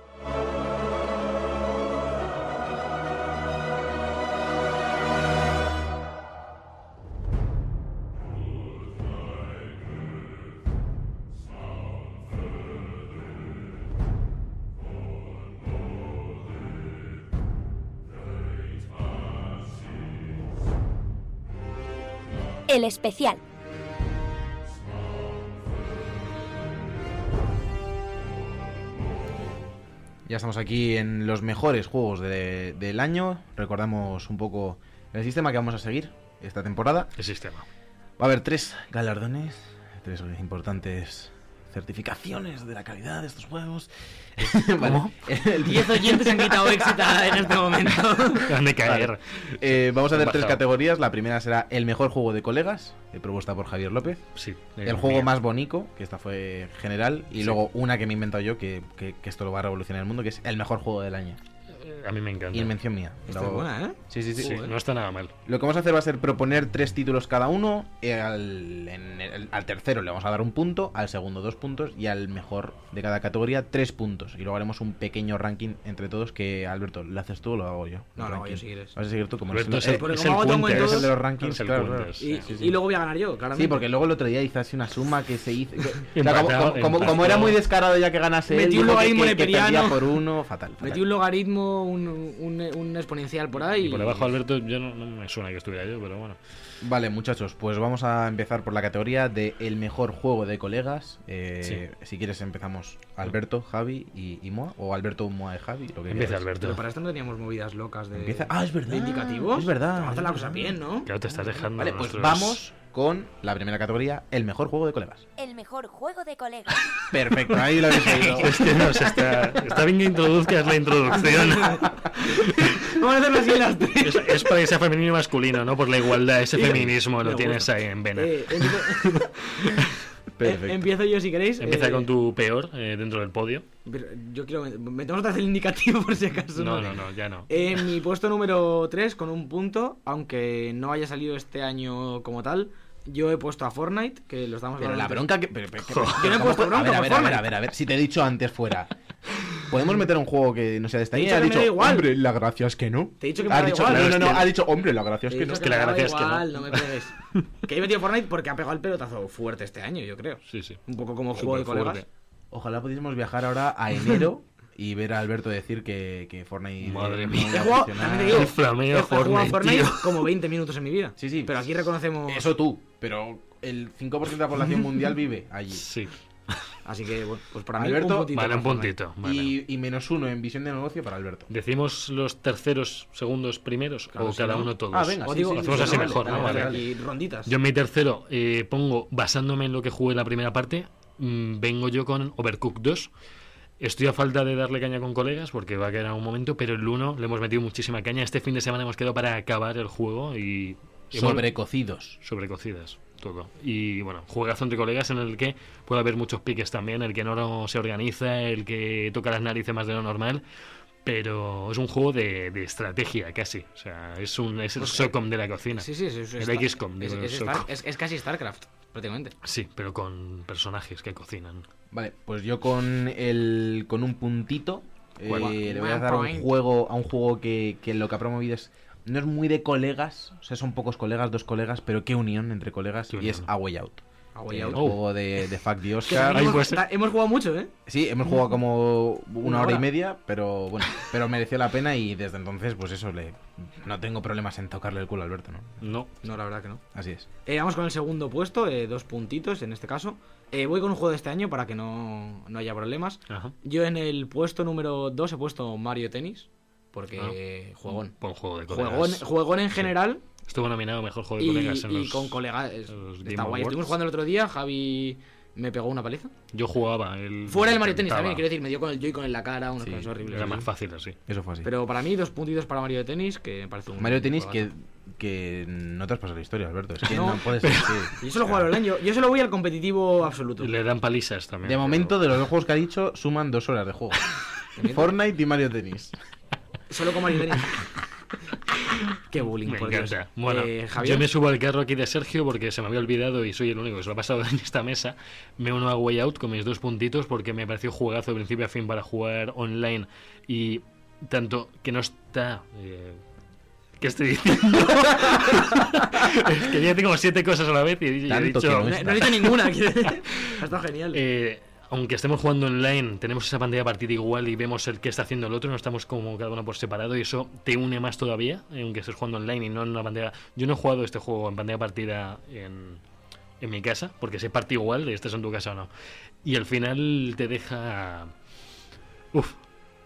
Speaker 4: El especial.
Speaker 2: Ya estamos aquí en los mejores juegos de- del año. Recordamos un poco el sistema que vamos a seguir esta temporada.
Speaker 1: El sistema.
Speaker 2: Va a haber tres galardones, tres importantes certificaciones de la calidad de estos juegos. ¿Cómo? El
Speaker 3: 10 oyentes han quitado éxita en este momento.
Speaker 1: Han de caer.
Speaker 2: Vale. Eh, vamos a hacer tres
Speaker 1: Bajado.
Speaker 2: categorías. La primera será el mejor juego de colegas, eh, propuesta por Javier López.
Speaker 1: Sí,
Speaker 2: El
Speaker 1: eh,
Speaker 2: juego
Speaker 1: mía.
Speaker 2: más bonito, que esta fue general. Y
Speaker 1: Sí.
Speaker 2: luego una que me he inventado yo, que, que- que esto lo va a revolucionar el mundo, que es el mejor juego del año.
Speaker 1: Eh, A mí me encanta.
Speaker 2: Y en mención mía.
Speaker 3: Esta
Speaker 2: Lo-
Speaker 3: es buena, ¿eh?
Speaker 2: Sí, sí, sí.
Speaker 1: Sí, no está nada mal.
Speaker 2: Lo que vamos a hacer va a ser proponer tres títulos cada uno. eh, Al, en el- al tercero le vamos a dar un punto, al segundo dos puntos y al mejor de cada categoría tres puntos. Y luego haremos un pequeño ranking entre todos que, Alberto, ¿lo haces tú o lo hago yo?
Speaker 3: No,
Speaker 2: El
Speaker 3: lo hago
Speaker 2: ranking.
Speaker 3: yo si quieres.
Speaker 2: Vas a seguir tú como
Speaker 1: Alberto
Speaker 2: el-
Speaker 1: es el,
Speaker 2: eh,
Speaker 3: Porque
Speaker 1: es
Speaker 3: como
Speaker 1: el
Speaker 3: hago tango en
Speaker 1: punter.
Speaker 3: todos,
Speaker 2: es el de los rankings,
Speaker 1: Es el
Speaker 2: claro,
Speaker 1: punter,
Speaker 2: claro.
Speaker 1: sí.
Speaker 3: Y, y luego voy a ganar yo, claramente.
Speaker 2: Sí, porque luego el otro día hice así una suma que se hizo. O sea, como,
Speaker 1: Empatado,
Speaker 2: como- como- como
Speaker 1: empatado.
Speaker 2: era muy descarado ya que ganase él,
Speaker 3: Metí
Speaker 2: dijo
Speaker 3: un
Speaker 2: que-
Speaker 3: logaritmo
Speaker 2: que, que
Speaker 3: neperiano.
Speaker 2: perdía por uno, fatal. fatal.
Speaker 3: Metí un logaritmo, un, un- un exponencial por ahí.
Speaker 1: Y por abajo, Alberto, yo no, no me suena que estuviera yo, pero bueno.
Speaker 2: Vale, muchachos, pues vamos a empezar por la categoría de el mejor juego de colegas. Eh, Si quieres empezamos Alberto, Javi y, y Moa, o Alberto, Moa y Javi, lo que
Speaker 1: Empieza,
Speaker 2: quieras.
Speaker 1: Alberto.
Speaker 3: Pero para esto no teníamos movidas locas de.
Speaker 2: Empieza. Ah, es verdad.
Speaker 3: de indicativos.
Speaker 2: Es verdad.
Speaker 3: Tomarte
Speaker 2: es
Speaker 3: la
Speaker 2: verdad.
Speaker 3: cosa bien, ¿no?
Speaker 1: Claro, te estás dejando.
Speaker 2: Vale, pues
Speaker 1: nuestros-
Speaker 2: vamos con la primera categoría, el mejor juego de colegas.
Speaker 4: El mejor juego de colegas.
Speaker 2: Perfecto, ahí lo habéis oído.
Speaker 1: Este nos está, está bien que introduzcas la introducción.
Speaker 3: Vamos a hacerlo así en las tres.
Speaker 1: Es, es para que sea femenino y masculino, ¿no? Por la igualdad, ese feminismo
Speaker 3: me
Speaker 1: lo tienes ahí en vena.
Speaker 3: Eh, empiezo- eh,
Speaker 2: Perfecto.
Speaker 3: empiezo yo si queréis.
Speaker 1: Empieza
Speaker 3: eh,
Speaker 1: con tu peor eh, dentro del podio.
Speaker 3: pero Yo quiero. Metemos otra vez el indicativo por si acaso.
Speaker 1: No, no, no, ya no.
Speaker 3: Eh, mi puesto número 3 con un punto, aunque no haya salido este año como tal, yo he puesto a Fortnite, que lo estamos
Speaker 2: Pero
Speaker 3: hablando
Speaker 2: la
Speaker 3: antes.
Speaker 2: bronca que. pero- pero- pero-
Speaker 3: Yo no he
Speaker 2: ¿cómo
Speaker 3: puesto
Speaker 2: puede-
Speaker 3: bronca,
Speaker 2: a ver, a ver, a ver,
Speaker 3: por
Speaker 2: a ver, a ver, Si te he dicho antes fuera. Podemos meter un juego que no sea de esta
Speaker 3: Te he
Speaker 2: línea. Ha
Speaker 3: dicho que me
Speaker 2: dicho,
Speaker 3: da igual.
Speaker 2: hombre, la gracia es que no.
Speaker 3: Te he dicho que me
Speaker 2: ha
Speaker 3: da
Speaker 2: dicho,
Speaker 3: igual.
Speaker 2: No, no, no,
Speaker 1: Es que-
Speaker 2: ha dicho, hombre, la gracia es
Speaker 3: Te he
Speaker 2: que
Speaker 3: dicho
Speaker 2: no.
Speaker 1: que la
Speaker 3: me daba
Speaker 1: gracia es que no.
Speaker 3: igual, no. me pegues. que he metido Fortnite porque ha pegado el pelotazo fuerte este año, yo creo.
Speaker 1: Sí, sí.
Speaker 3: Un poco como juego de
Speaker 1: Superfuerte.
Speaker 3: colegas.
Speaker 2: Ojalá pudiésemos viajar ahora a enero y ver a Alberto decir que, que Fortnite.
Speaker 1: Madre
Speaker 2: eh,
Speaker 1: mía.
Speaker 2: no
Speaker 3: He
Speaker 2: va a
Speaker 3: jugado,
Speaker 2: funcionar.
Speaker 3: también te digo,
Speaker 1: Qué flameo
Speaker 3: he jugado a
Speaker 1: Fortnite,
Speaker 3: Fortnite
Speaker 1: tío.
Speaker 3: como 20 minutos en mi vida.
Speaker 2: Sí, sí.
Speaker 3: Pero aquí reconocemos.
Speaker 2: Eso tú, pero el 5% de la población mundial vive allí.
Speaker 1: Sí.
Speaker 3: Así que, bueno, pues para mí,
Speaker 2: Alberto,
Speaker 3: un puntito
Speaker 1: Vale,
Speaker 3: para
Speaker 1: un
Speaker 3: Fortnite.
Speaker 1: puntito. vale.
Speaker 2: Y, y menos uno en visión de negocio para Alberto.
Speaker 1: ¿Decimos los terceros, segundos, primeros?
Speaker 2: Claro,
Speaker 1: o
Speaker 2: sí,
Speaker 1: cada
Speaker 2: ¿no?
Speaker 1: uno todos.
Speaker 2: Ah, venga,
Speaker 3: O
Speaker 2: sí,
Speaker 3: digo,
Speaker 2: sí,
Speaker 1: lo hacemos
Speaker 2: sí,
Speaker 1: así
Speaker 2: vale,
Speaker 1: mejor,
Speaker 2: vale,
Speaker 1: ¿no?
Speaker 2: vale,
Speaker 1: Vale.
Speaker 2: vale.
Speaker 3: Aquí ronditas.
Speaker 1: Yo en mi tercero eh, pongo, basándome en lo que jugué en la primera parte, mm, vengo yo con Overcooked 2. Estoy a falta de darle caña con colegas porque va a quedar un momento, pero el 1 le hemos metido muchísima caña. Este fin de semana hemos quedado para acabar el juego y... y hemos-
Speaker 5: Sobrecocidos.
Speaker 1: sobrecocidas, todo. Y bueno, juegazo entre colegas en el que puede haber muchos piques también, el que no se organiza, el que toca las narices más de lo normal, pero es un juego de, de estrategia casi. O sea, es, un, es el SOCOM de la cocina.
Speaker 3: Sí, sí, es, es,
Speaker 1: El
Speaker 3: Star-
Speaker 1: XCOM,
Speaker 3: es,
Speaker 1: digo,
Speaker 3: es
Speaker 1: Star-
Speaker 3: Star- es- es casi StarCraft, prácticamente.
Speaker 1: Sí, pero con personajes que cocinan.
Speaker 2: Vale, pues yo con el con un puntito eh,
Speaker 3: Bueno.
Speaker 2: le voy a
Speaker 3: One
Speaker 2: dar un
Speaker 3: point.
Speaker 2: juego a un juego que, que lo que ha promovido es no es muy de colegas, o sea, son pocos colegas, dos colegas, pero qué unión entre colegas
Speaker 1: Qué
Speaker 2: y es
Speaker 1: unión.
Speaker 2: A Way Out.
Speaker 3: A Way
Speaker 2: El
Speaker 3: Out.
Speaker 1: Oh.
Speaker 2: juego de, de Fuck the
Speaker 3: Que
Speaker 2: Oscar.
Speaker 3: también
Speaker 1: Ahí
Speaker 3: hemos,
Speaker 1: pues-
Speaker 3: ta- hemos jugado mucho, ¿eh?
Speaker 2: Sí, hemos jugado como
Speaker 3: Una
Speaker 2: una hora y
Speaker 3: hora.
Speaker 2: media, pero bueno, pero mereció la pena y desde entonces, pues eso, le no tengo problemas en tocarle el culo a Alberto, ¿no?
Speaker 1: No.
Speaker 3: No, la verdad que no.
Speaker 2: Así es.
Speaker 3: Eh, vamos con el segundo puesto, eh, dos puntitos en este caso. Eh, voy con un juego de este año para que no, no haya problemas.
Speaker 1: Ajá.
Speaker 3: Yo en el puesto número 2 he puesto Mario Tennis, porque
Speaker 1: Ah.
Speaker 3: eh, juegón.
Speaker 1: Buen juego de colegas.
Speaker 3: Juegón, juegón en
Speaker 1: Sí.
Speaker 3: general
Speaker 1: Estuvo nominado a mejor juego de
Speaker 3: y,
Speaker 1: colegas en
Speaker 3: y
Speaker 1: los...
Speaker 3: con colegas. es-
Speaker 1: en los
Speaker 3: Está
Speaker 1: Game
Speaker 3: guay. Estuvimos
Speaker 1: Awards.
Speaker 3: jugando el otro día, Javi me pegó una paliza.
Speaker 1: Yo jugaba el...
Speaker 3: Fuera del Mario Tennis
Speaker 1: intentaba.
Speaker 3: también, quiero decir, me dio con el Joy-Con en la cara, unas
Speaker 2: Sí,
Speaker 3: cosas horribles.
Speaker 1: Era más fácil así.
Speaker 2: Eso fue así.
Speaker 3: Pero para mí, dos puntitos para Mario Tennis, que me parece un.
Speaker 2: Mario Tennis que,
Speaker 3: juegazo.
Speaker 2: que no te has pasado la historia, Alberto. Es que
Speaker 3: No,
Speaker 2: no, puedes decir.
Speaker 3: Yo solo juego al online, yo, yo solo voy al competitivo absoluto.
Speaker 1: Le dan palizas también.
Speaker 2: De
Speaker 1: pero-
Speaker 2: momento, de los dos juegos que ha dicho, suman dos horas de juego. Fortnite y Mario Tennis.
Speaker 3: Solo con Mario Tennis. Qué bullying,
Speaker 1: Me
Speaker 3: por
Speaker 1: encanta.
Speaker 3: Dios.
Speaker 1: Bueno,
Speaker 3: Eh, Javier,
Speaker 1: yo me subo al carro aquí de Sergio porque se me había olvidado y soy el único que se lo ha pasado en esta mesa. Me uno a Way Out con mis dos puntitos porque me pareció jugazo de principio a fin para jugar online y tanto que no está... eh, ¿Qué estoy diciendo? Es que ya tengo siete cosas a la vez y, y he
Speaker 2: Tanto
Speaker 1: dicho...
Speaker 2: que no
Speaker 3: no,
Speaker 2: es-
Speaker 3: no he dicho ninguna. aquí. ha estado genial.
Speaker 1: Eh, aunque estemos jugando online, tenemos esa pantalla de partida igual y vemos el que está haciendo el otro, no estamos como cada uno por separado y eso te une más todavía, eh, aunque estés jugando online y no en una pantalla. Yo no he jugado este juego en pantalla de partida en, en mi casa, porque se parte igual de estés en tu casa o no. Y al final te deja. Uf,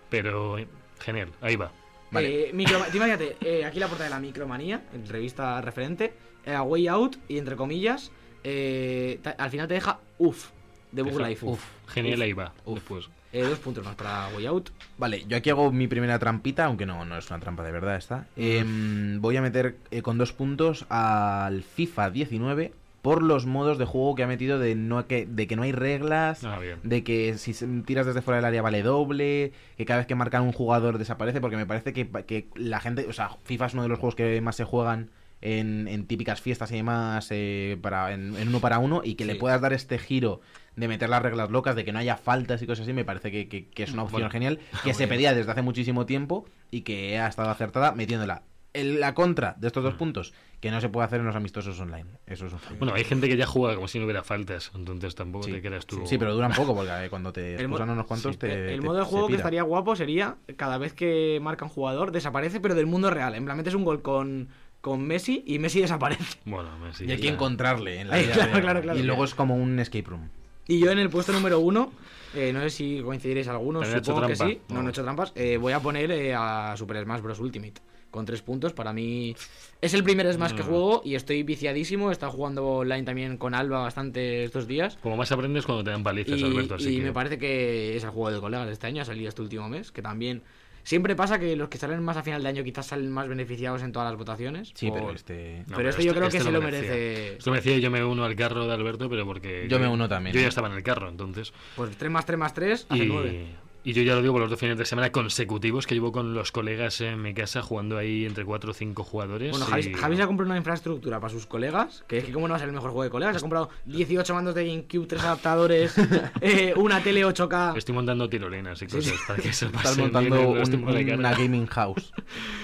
Speaker 1: pero eh, genial, ahí va.
Speaker 2: vale.
Speaker 3: Eh, micro- tú imagínate, eh, aquí la portada de la Micromanía, en revista referente, eh, a Way Out y entre comillas, eh, ta- al final te deja UF de Bug
Speaker 1: Deja-
Speaker 3: Life.
Speaker 1: uf, genial,
Speaker 3: Uf.
Speaker 1: ahí va.
Speaker 2: Uf.
Speaker 1: Después.
Speaker 3: Eh, dos puntos más para Way Out.
Speaker 2: Vale, yo aquí hago mi primera trampita, aunque no, no es una trampa de verdad esta. Em, voy a meter eh, con dos puntos al FIFA 19 por los modos de juego que ha metido de, no, que, de que no hay reglas,
Speaker 1: Ah, bien.
Speaker 2: de que si se- tiras desde fuera del área vale doble, que cada vez que marcan un jugador desaparece, porque me parece que, que la gente, o sea, FIFA es uno de los juegos que más se juegan en, en típicas fiestas y demás, eh, para, en, en uno para uno, y que le
Speaker 3: Sí.
Speaker 2: puedas dar este giro de meter las reglas locas, de que no haya faltas y cosas así, me parece que, que- que es una opción
Speaker 1: Bueno.
Speaker 2: genial, que se pedía desde hace muchísimo tiempo y que ha estado acertada metiéndola. El- la contra de
Speaker 1: Mm.
Speaker 2: estos dos puntos, que no se puede hacer en los amistosos online. Eso es un
Speaker 1: Bueno, hay gente que ya juega como si no hubiera faltas, entonces tampoco
Speaker 2: Sí.
Speaker 1: te quedas tú.
Speaker 2: Sí, pero duran poco porque eh, cuando te
Speaker 3: mo-
Speaker 2: expulsan unos cuantos
Speaker 1: sí.
Speaker 2: te.
Speaker 3: Eh, el
Speaker 2: te-
Speaker 3: modo de
Speaker 2: se
Speaker 3: juego que
Speaker 2: pira.
Speaker 3: estaría guapo sería cada vez que marca un jugador desaparece, pero del mundo real. En plan, metes un gol con, con Messi y Messi desaparece.
Speaker 1: Bueno, me
Speaker 2: Y hay que
Speaker 1: ya-
Speaker 2: encontrarle en la
Speaker 3: Ay,
Speaker 2: vida
Speaker 3: claro,
Speaker 2: real.
Speaker 3: claro, claro.
Speaker 2: Y luego es como un escape room.
Speaker 3: Y yo en el puesto número uno, eh, no sé si coincidiréis algunos,
Speaker 1: También ha hecho
Speaker 3: supongo que
Speaker 1: trampa.
Speaker 3: sí. No, no he hecho trampas. eh, voy a poner eh, a Super Smash Bros. Ultimate. Con tres puntos, para mí es el primer Smash que
Speaker 1: Mm.
Speaker 3: juego y estoy viciadísimo. He estado jugando online también con Alba bastante estos días.
Speaker 1: Como más aprendes cuando te dan palizas,
Speaker 3: Y,
Speaker 1: Alberto. Así
Speaker 3: y
Speaker 1: que...
Speaker 3: me parece que es el juego de colegas de este año, ha salido este último mes, que también... Siempre pasa que los que salen más a final de año quizás salen más beneficiados en todas las votaciones.
Speaker 2: Sí, pero
Speaker 3: por-
Speaker 2: este.
Speaker 1: No,
Speaker 3: pero este yo creo que se lo
Speaker 1: merecía.
Speaker 3: merece.
Speaker 1: Esto me decía yo me uno al carro de Alberto, pero porque.
Speaker 2: Yo me uno también,
Speaker 1: Yo
Speaker 2: ¿eh?
Speaker 1: ya estaba en el carro, entonces.
Speaker 3: Pues 3 más 3 más 3 hace
Speaker 1: Y,
Speaker 3: 9.
Speaker 1: Y yo ya lo digo por los dos fines de semana consecutivos que llevo con los colegas en mi casa jugando ahí entre cuatro o cinco jugadores.
Speaker 3: Bueno,
Speaker 1: y-
Speaker 3: Javi, Javi se ha comprado una infraestructura para sus colegas, que es que cómo no va a ser el mejor juego de colegas. Se ha comprado 18 mandos de GameCube, 3 adaptadores, eh, una tele 8K.
Speaker 1: Estoy montando tirolinas y cosas para que se
Speaker 2: Estás
Speaker 1: pasen bien
Speaker 2: montando
Speaker 1: el resto
Speaker 2: un-
Speaker 1: por la cara.
Speaker 2: una gaming house.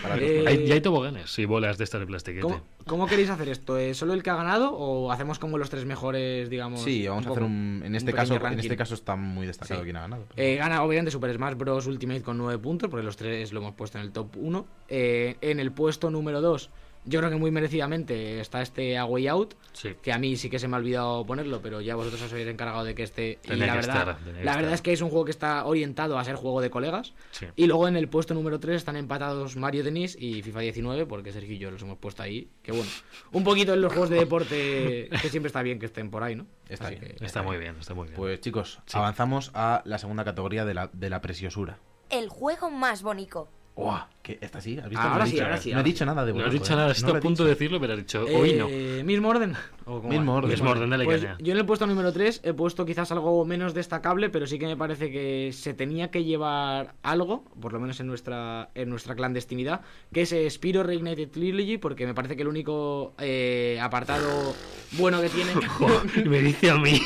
Speaker 2: para los
Speaker 3: Eh,
Speaker 1: Hay, y hay toboganes y bolas de estas de plastiquete.
Speaker 3: ¿Cómo, cómo queréis hacer esto? ¿Eh, ¿Solo el que ha ganado o hacemos como los tres mejores, digamos?
Speaker 2: Sí, vamos a hacer
Speaker 3: poco?
Speaker 2: un. En este
Speaker 3: pequeño
Speaker 2: caso, en
Speaker 3: ranking.
Speaker 2: este caso está muy destacado
Speaker 3: Sí.
Speaker 2: quién ha ganado.
Speaker 3: Eh, gana obviamente Super Smash Bros. Ultimate con 9 puntos, porque los tres lo hemos puesto en el top 1. en el puesto número 2, yo creo que muy merecidamente está este A Way Out,
Speaker 1: Sí.
Speaker 3: que a mí sí que se me ha olvidado ponerlo, pero ya vosotros os habéis encargado de que esté. Y
Speaker 1: Tenía
Speaker 3: la
Speaker 1: que
Speaker 3: verdad,
Speaker 1: estar, tenía que
Speaker 3: la verdad
Speaker 1: estar.
Speaker 3: es que es un juego que está orientado a ser juego de colegas.
Speaker 1: Sí.
Speaker 3: Y luego en el puesto número 3 están empatados Mario Tenis y FIFA 19, porque Sergio y yo los hemos puesto ahí. Que bueno, un poquito en los juegos de deporte, que siempre está bien que estén por ahí, ¿no?
Speaker 2: Está bien.
Speaker 3: que-
Speaker 1: Está muy bien, está muy bien.
Speaker 2: Pues chicos, avanzamos a la segunda categoría de la, de la preciosura.
Speaker 6: El juego más bonito.
Speaker 2: ¡Guau! Que esta sí, ¿has visto?
Speaker 3: Ahora
Speaker 2: No he
Speaker 3: sí,
Speaker 2: dicho-
Speaker 3: ahora
Speaker 2: No
Speaker 3: sí,
Speaker 2: he
Speaker 3: ahora
Speaker 2: dicho nada de
Speaker 1: no
Speaker 2: bueno.
Speaker 1: has dicho
Speaker 2: joder,
Speaker 1: nada,
Speaker 2: no
Speaker 1: está
Speaker 2: lo
Speaker 1: a
Speaker 2: he
Speaker 1: punto
Speaker 2: dicho.
Speaker 1: de decirlo, pero has dicho hoy no.
Speaker 3: Eh, ¿Mismo orden? ¿O cómo
Speaker 2: Mismo
Speaker 3: va?
Speaker 2: orden.
Speaker 1: Mismo orden, dale
Speaker 3: Pues
Speaker 1: caña.
Speaker 3: yo en el puesto número 3 he puesto quizás algo menos destacable, pero sí que me parece que se tenía que llevar algo, por lo menos en nuestra, en nuestra clandestinidad, que es eh, Spyro Reignited Trilogy, porque me parece que el único eh, apartado bueno que tiene...
Speaker 1: Y Oh, me dice a mí.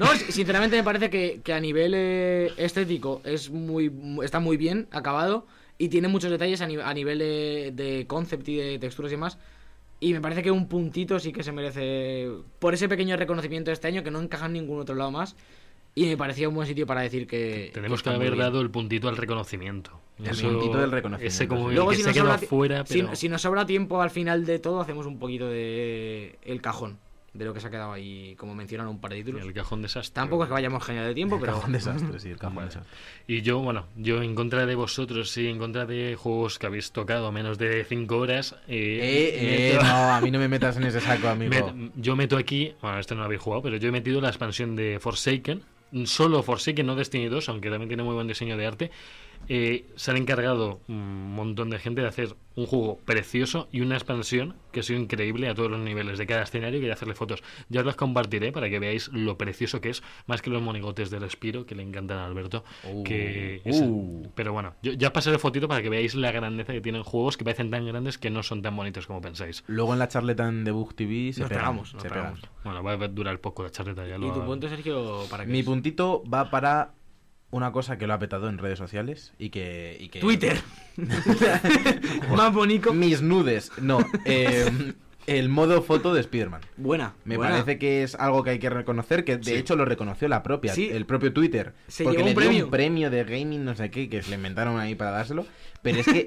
Speaker 3: No, si- sinceramente me parece que, que a nivel eh, estético es muy mu- está muy bien acabado y tiene muchos detalles a, ni- a nivel eh, de concept y de texturas y demás. Y me parece que un puntito sí que se merece por ese pequeño reconocimiento de este año que no encaja en ningún otro lado más. Y me parecía un buen sitio para decir que.
Speaker 1: Tenemos que
Speaker 3: está muy
Speaker 1: haber
Speaker 3: bien.
Speaker 1: dado el puntito al reconocimiento.
Speaker 2: El puntito del reconocimiento,
Speaker 1: Ese como
Speaker 2: sí.
Speaker 1: el
Speaker 3: Luego,
Speaker 1: que
Speaker 3: si
Speaker 1: se
Speaker 3: nos,
Speaker 1: quedó
Speaker 3: sobra, ti-
Speaker 1: afuera,
Speaker 3: si-
Speaker 1: pero...
Speaker 3: si nos sobra tiempo al final de todo, hacemos un poquito de. El cajón de lo que se ha quedado ahí, como mencionaron un par de títulos.
Speaker 1: El cajón desastre.
Speaker 3: Tampoco es que vayamos genial de tiempo, pero.
Speaker 2: Cajón desastre, sí, el cajón
Speaker 1: Vale.
Speaker 2: desastre.
Speaker 1: Y yo, bueno, yo en contra de vosotros y en contra de juegos que habéis tocado menos de 5 horas.
Speaker 2: Eh, eh,
Speaker 1: meto-
Speaker 2: no, a mí no me metas en ese saco, amigo.
Speaker 1: met- yo meto aquí, bueno, este no lo habéis jugado, pero yo he metido la expansión de Forsaken. Solo Forsaken, no Destiny 2, aunque también tiene muy buen diseño de arte. Eh, se han encargado un montón de gente de hacer un juego precioso y una expansión que ha sido increíble a todos los niveles de cada escenario y de hacerle fotos. Ya os las compartiré para que veáis lo precioso que es, más que los monigotes del Espiro que le encantan a Alberto.
Speaker 2: Uh,
Speaker 1: que
Speaker 2: uh.
Speaker 1: es- pero bueno, yo, ya os pasaré fotito para que veáis la grandeza que tienen juegos que parecen tan grandes que no son tan bonitos como pensáis.
Speaker 2: Luego en la charleta en Debug TV se
Speaker 3: Nos
Speaker 2: pegan,
Speaker 3: pegamos, nos
Speaker 2: se pegan.
Speaker 3: pegamos.
Speaker 1: Bueno, va a durar poco la charleta ya.
Speaker 3: ¿Y
Speaker 1: lo-
Speaker 3: tu punto, Sergio, para qué
Speaker 2: Mi
Speaker 3: es?
Speaker 2: puntito va para una cosa que lo ha petado en redes sociales y que... y que-
Speaker 3: Eh, Twitter. Más bonito.
Speaker 2: Mis nudes. No, eh, el modo foto de Spider-Man.
Speaker 3: Buena.
Speaker 2: Me
Speaker 3: buena.
Speaker 2: parece que es algo que hay que reconocer, que de hecho lo reconoció la propia,
Speaker 3: Sí.
Speaker 2: el propio Twitter.
Speaker 3: Se
Speaker 2: porque
Speaker 3: llevó
Speaker 2: le
Speaker 3: un
Speaker 2: dio
Speaker 3: premio.
Speaker 2: un premio de gaming, no sé qué, que se le inventaron ahí para dárselo. Pero es que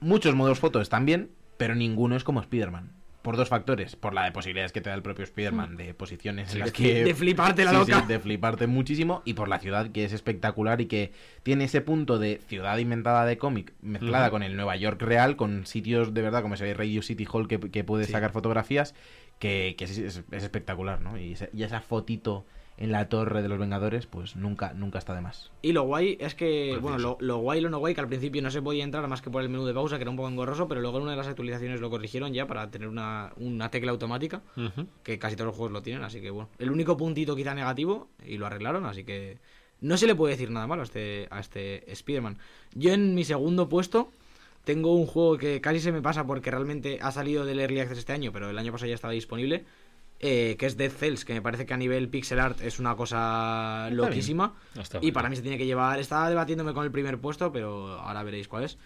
Speaker 2: muchos modos fotos están bien, pero ninguno es como Spider-Man. Por dos factores. Por la de posibilidades que te da el propio Spider-Man, de posiciones en las que...
Speaker 3: Hmm. de fliparte la
Speaker 2: Sí,
Speaker 3: loca.
Speaker 2: sí, de fliparte muchísimo. Y por la ciudad, que es espectacular y que tiene ese punto de ciudad inventada de cómic mezclada
Speaker 1: Ujú.
Speaker 2: con el Nueva York real, con sitios de verdad, como se ve Radio City Hall, que, que puedes sacar fotografías, que, que es, es- es espectacular, ¿no? Y, ese- y esa fotito en la torre de los Vengadores, pues nunca, nunca está de más.
Speaker 3: Y lo guay es que,
Speaker 1: Precioso.
Speaker 3: bueno, lo, lo guay y lo no guay, que al principio no se podía entrar más que por el menú de pausa, que era un poco engorroso, pero luego en una de las actualizaciones lo corrigieron ya para tener una, una tecla automática,
Speaker 1: Ujú.
Speaker 3: que casi todos los juegos lo tienen, así que bueno. El único puntito quizá negativo, y lo arreglaron, así que no se le puede decir nada malo a este, a este Spider-Man. Yo en mi segundo puesto tengo un juego que casi se me pasa porque realmente ha salido del Early Access este año, pero el año pasado ya estaba disponible, eh, que es Dead Cells, que me parece que a nivel pixel art es una cosa loquísima.
Speaker 1: Está
Speaker 3: Y
Speaker 1: bien.
Speaker 3: para mí se tiene que llevar. Estaba debatiéndome con el primer puesto, pero ahora veréis cuál es.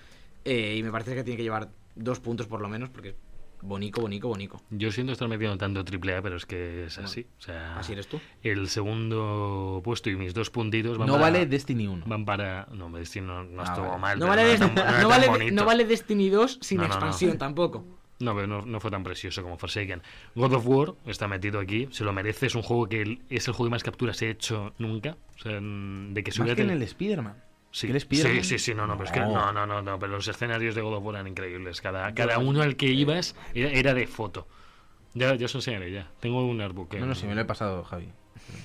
Speaker 3: Eh, y me parece que tiene que llevar dos puntos por lo menos, porque es bonico, bonico, bonico.
Speaker 1: Yo siento estar metiendo tanto triple A, pero es que es así. O sea,
Speaker 3: Así eres tú.
Speaker 1: El segundo puesto y mis dos puntitos van
Speaker 2: No
Speaker 1: para...
Speaker 2: vale Destiny 1.
Speaker 1: Van para... No, me decís, no, no
Speaker 2: Ah,
Speaker 1: estuvo
Speaker 2: vale.
Speaker 1: mal.
Speaker 3: No
Speaker 1: pero
Speaker 3: vale,
Speaker 1: era tan-
Speaker 3: Dest-
Speaker 1: era
Speaker 3: no,
Speaker 1: tan
Speaker 3: vale,
Speaker 1: bonito.
Speaker 3: no vale Destiny 2 sin
Speaker 1: No, no, no.
Speaker 3: expansión tampoco.
Speaker 1: No, pero no, no fue tan precioso como Forsaken. God of War está metido aquí, se lo merece, es un juego que el- es el juego que más capturas he hecho nunca. O sea, mm, de que se
Speaker 2: Más
Speaker 1: hubiera
Speaker 2: que en
Speaker 1: tenido-
Speaker 2: el Spider-Man.
Speaker 1: Sí,
Speaker 2: que el Spider-Man-
Speaker 1: sí, sí, sí, no, no, pero es que
Speaker 2: No.
Speaker 1: no, no, no, no, pero los escenarios de God of War eran increíbles. Cada, cada uno al que ibas era, era de foto. Ya, ya os enseñaré, ya. Tengo un artbook. eh,
Speaker 2: No, no, si me lo he pasado, Javi.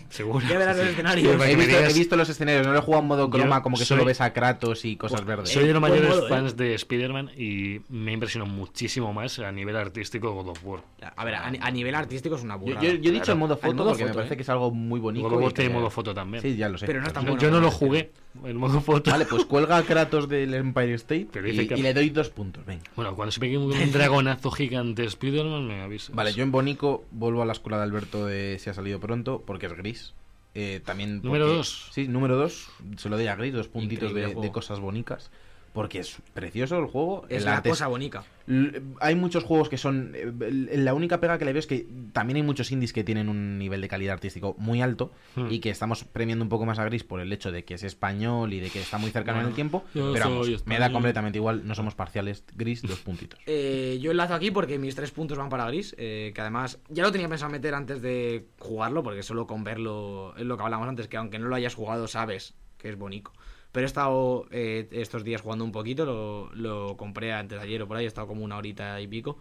Speaker 1: Seguro.
Speaker 3: Ya verás los escenarios.
Speaker 1: Sí, para
Speaker 2: He
Speaker 1: que me
Speaker 2: visto, he
Speaker 1: digas-
Speaker 2: visto los escenarios, no lo he jugado en modo croma, como que
Speaker 1: soy-
Speaker 2: solo ves a Kratos y cosas verdes.
Speaker 1: Soy de los
Speaker 3: buen
Speaker 1: mayores
Speaker 3: modo, ¿eh?
Speaker 1: fans de Spider-Man y me impresionó muchísimo más a nivel artístico God of War.
Speaker 3: A ver, a, ni- a nivel artístico es una
Speaker 2: Yo,
Speaker 3: burrada.
Speaker 2: yo- yo he dicho
Speaker 3: Claro.
Speaker 2: el modo
Speaker 3: Al
Speaker 2: foto porque me
Speaker 3: foto,
Speaker 2: parece
Speaker 3: ¿eh?
Speaker 2: que es algo muy bonito.
Speaker 1: God of
Speaker 2: y
Speaker 1: War
Speaker 2: que-
Speaker 1: tiene este modo foto también.
Speaker 2: Sí, ya lo sé.
Speaker 3: Pero no es tan
Speaker 1: No,
Speaker 3: bueno.
Speaker 1: yo no lo jugué, el modo foto.
Speaker 2: Vale, pues cuelga a Kratos del Empire State
Speaker 1: Pero dice
Speaker 2: y,
Speaker 1: que-
Speaker 2: y le doy dos puntos. Venga.
Speaker 1: Bueno, cuando se pegue un, un dragonazo gigante Spiderman, me avisa.
Speaker 2: Vale, yo en Bonico vuelvo a la escuela de Alberto de si ha salido pronto, porque es gris. Eh, también porque-
Speaker 1: Número dos.
Speaker 2: Sí, número 2. Se lo doy a gris, dos puntitos de,
Speaker 3: Increíble juego.
Speaker 2: de cosas bonicas. Porque es precioso el juego.
Speaker 3: Es
Speaker 2: el
Speaker 3: la
Speaker 2: arte es-
Speaker 3: cosa bonita.
Speaker 2: L- Hay muchos juegos que son. eh, l- La única pega que le veo es que también hay muchos indies que tienen un nivel de calidad artístico muy alto
Speaker 1: Hmm.
Speaker 2: y que estamos premiando un poco más a Gris por el hecho de que es español y de que está muy cercano en el tiempo.
Speaker 1: yo
Speaker 2: Pero vamos,
Speaker 1: soy
Speaker 2: me
Speaker 1: español.
Speaker 2: da completamente igual, no somos parciales. Gris, dos puntitos.
Speaker 3: Eh, yo enlazo aquí porque mis tres puntos van para Gris, eh, que además ya lo tenía pensado meter antes de jugarlo, porque solo con verlo es lo que hablamos antes, que aunque no lo hayas jugado sabes que es bonito. Pero he estado eh, estos días jugando un poquito, lo, lo compré antes de ayer o por ahí, he estado como una horita y pico.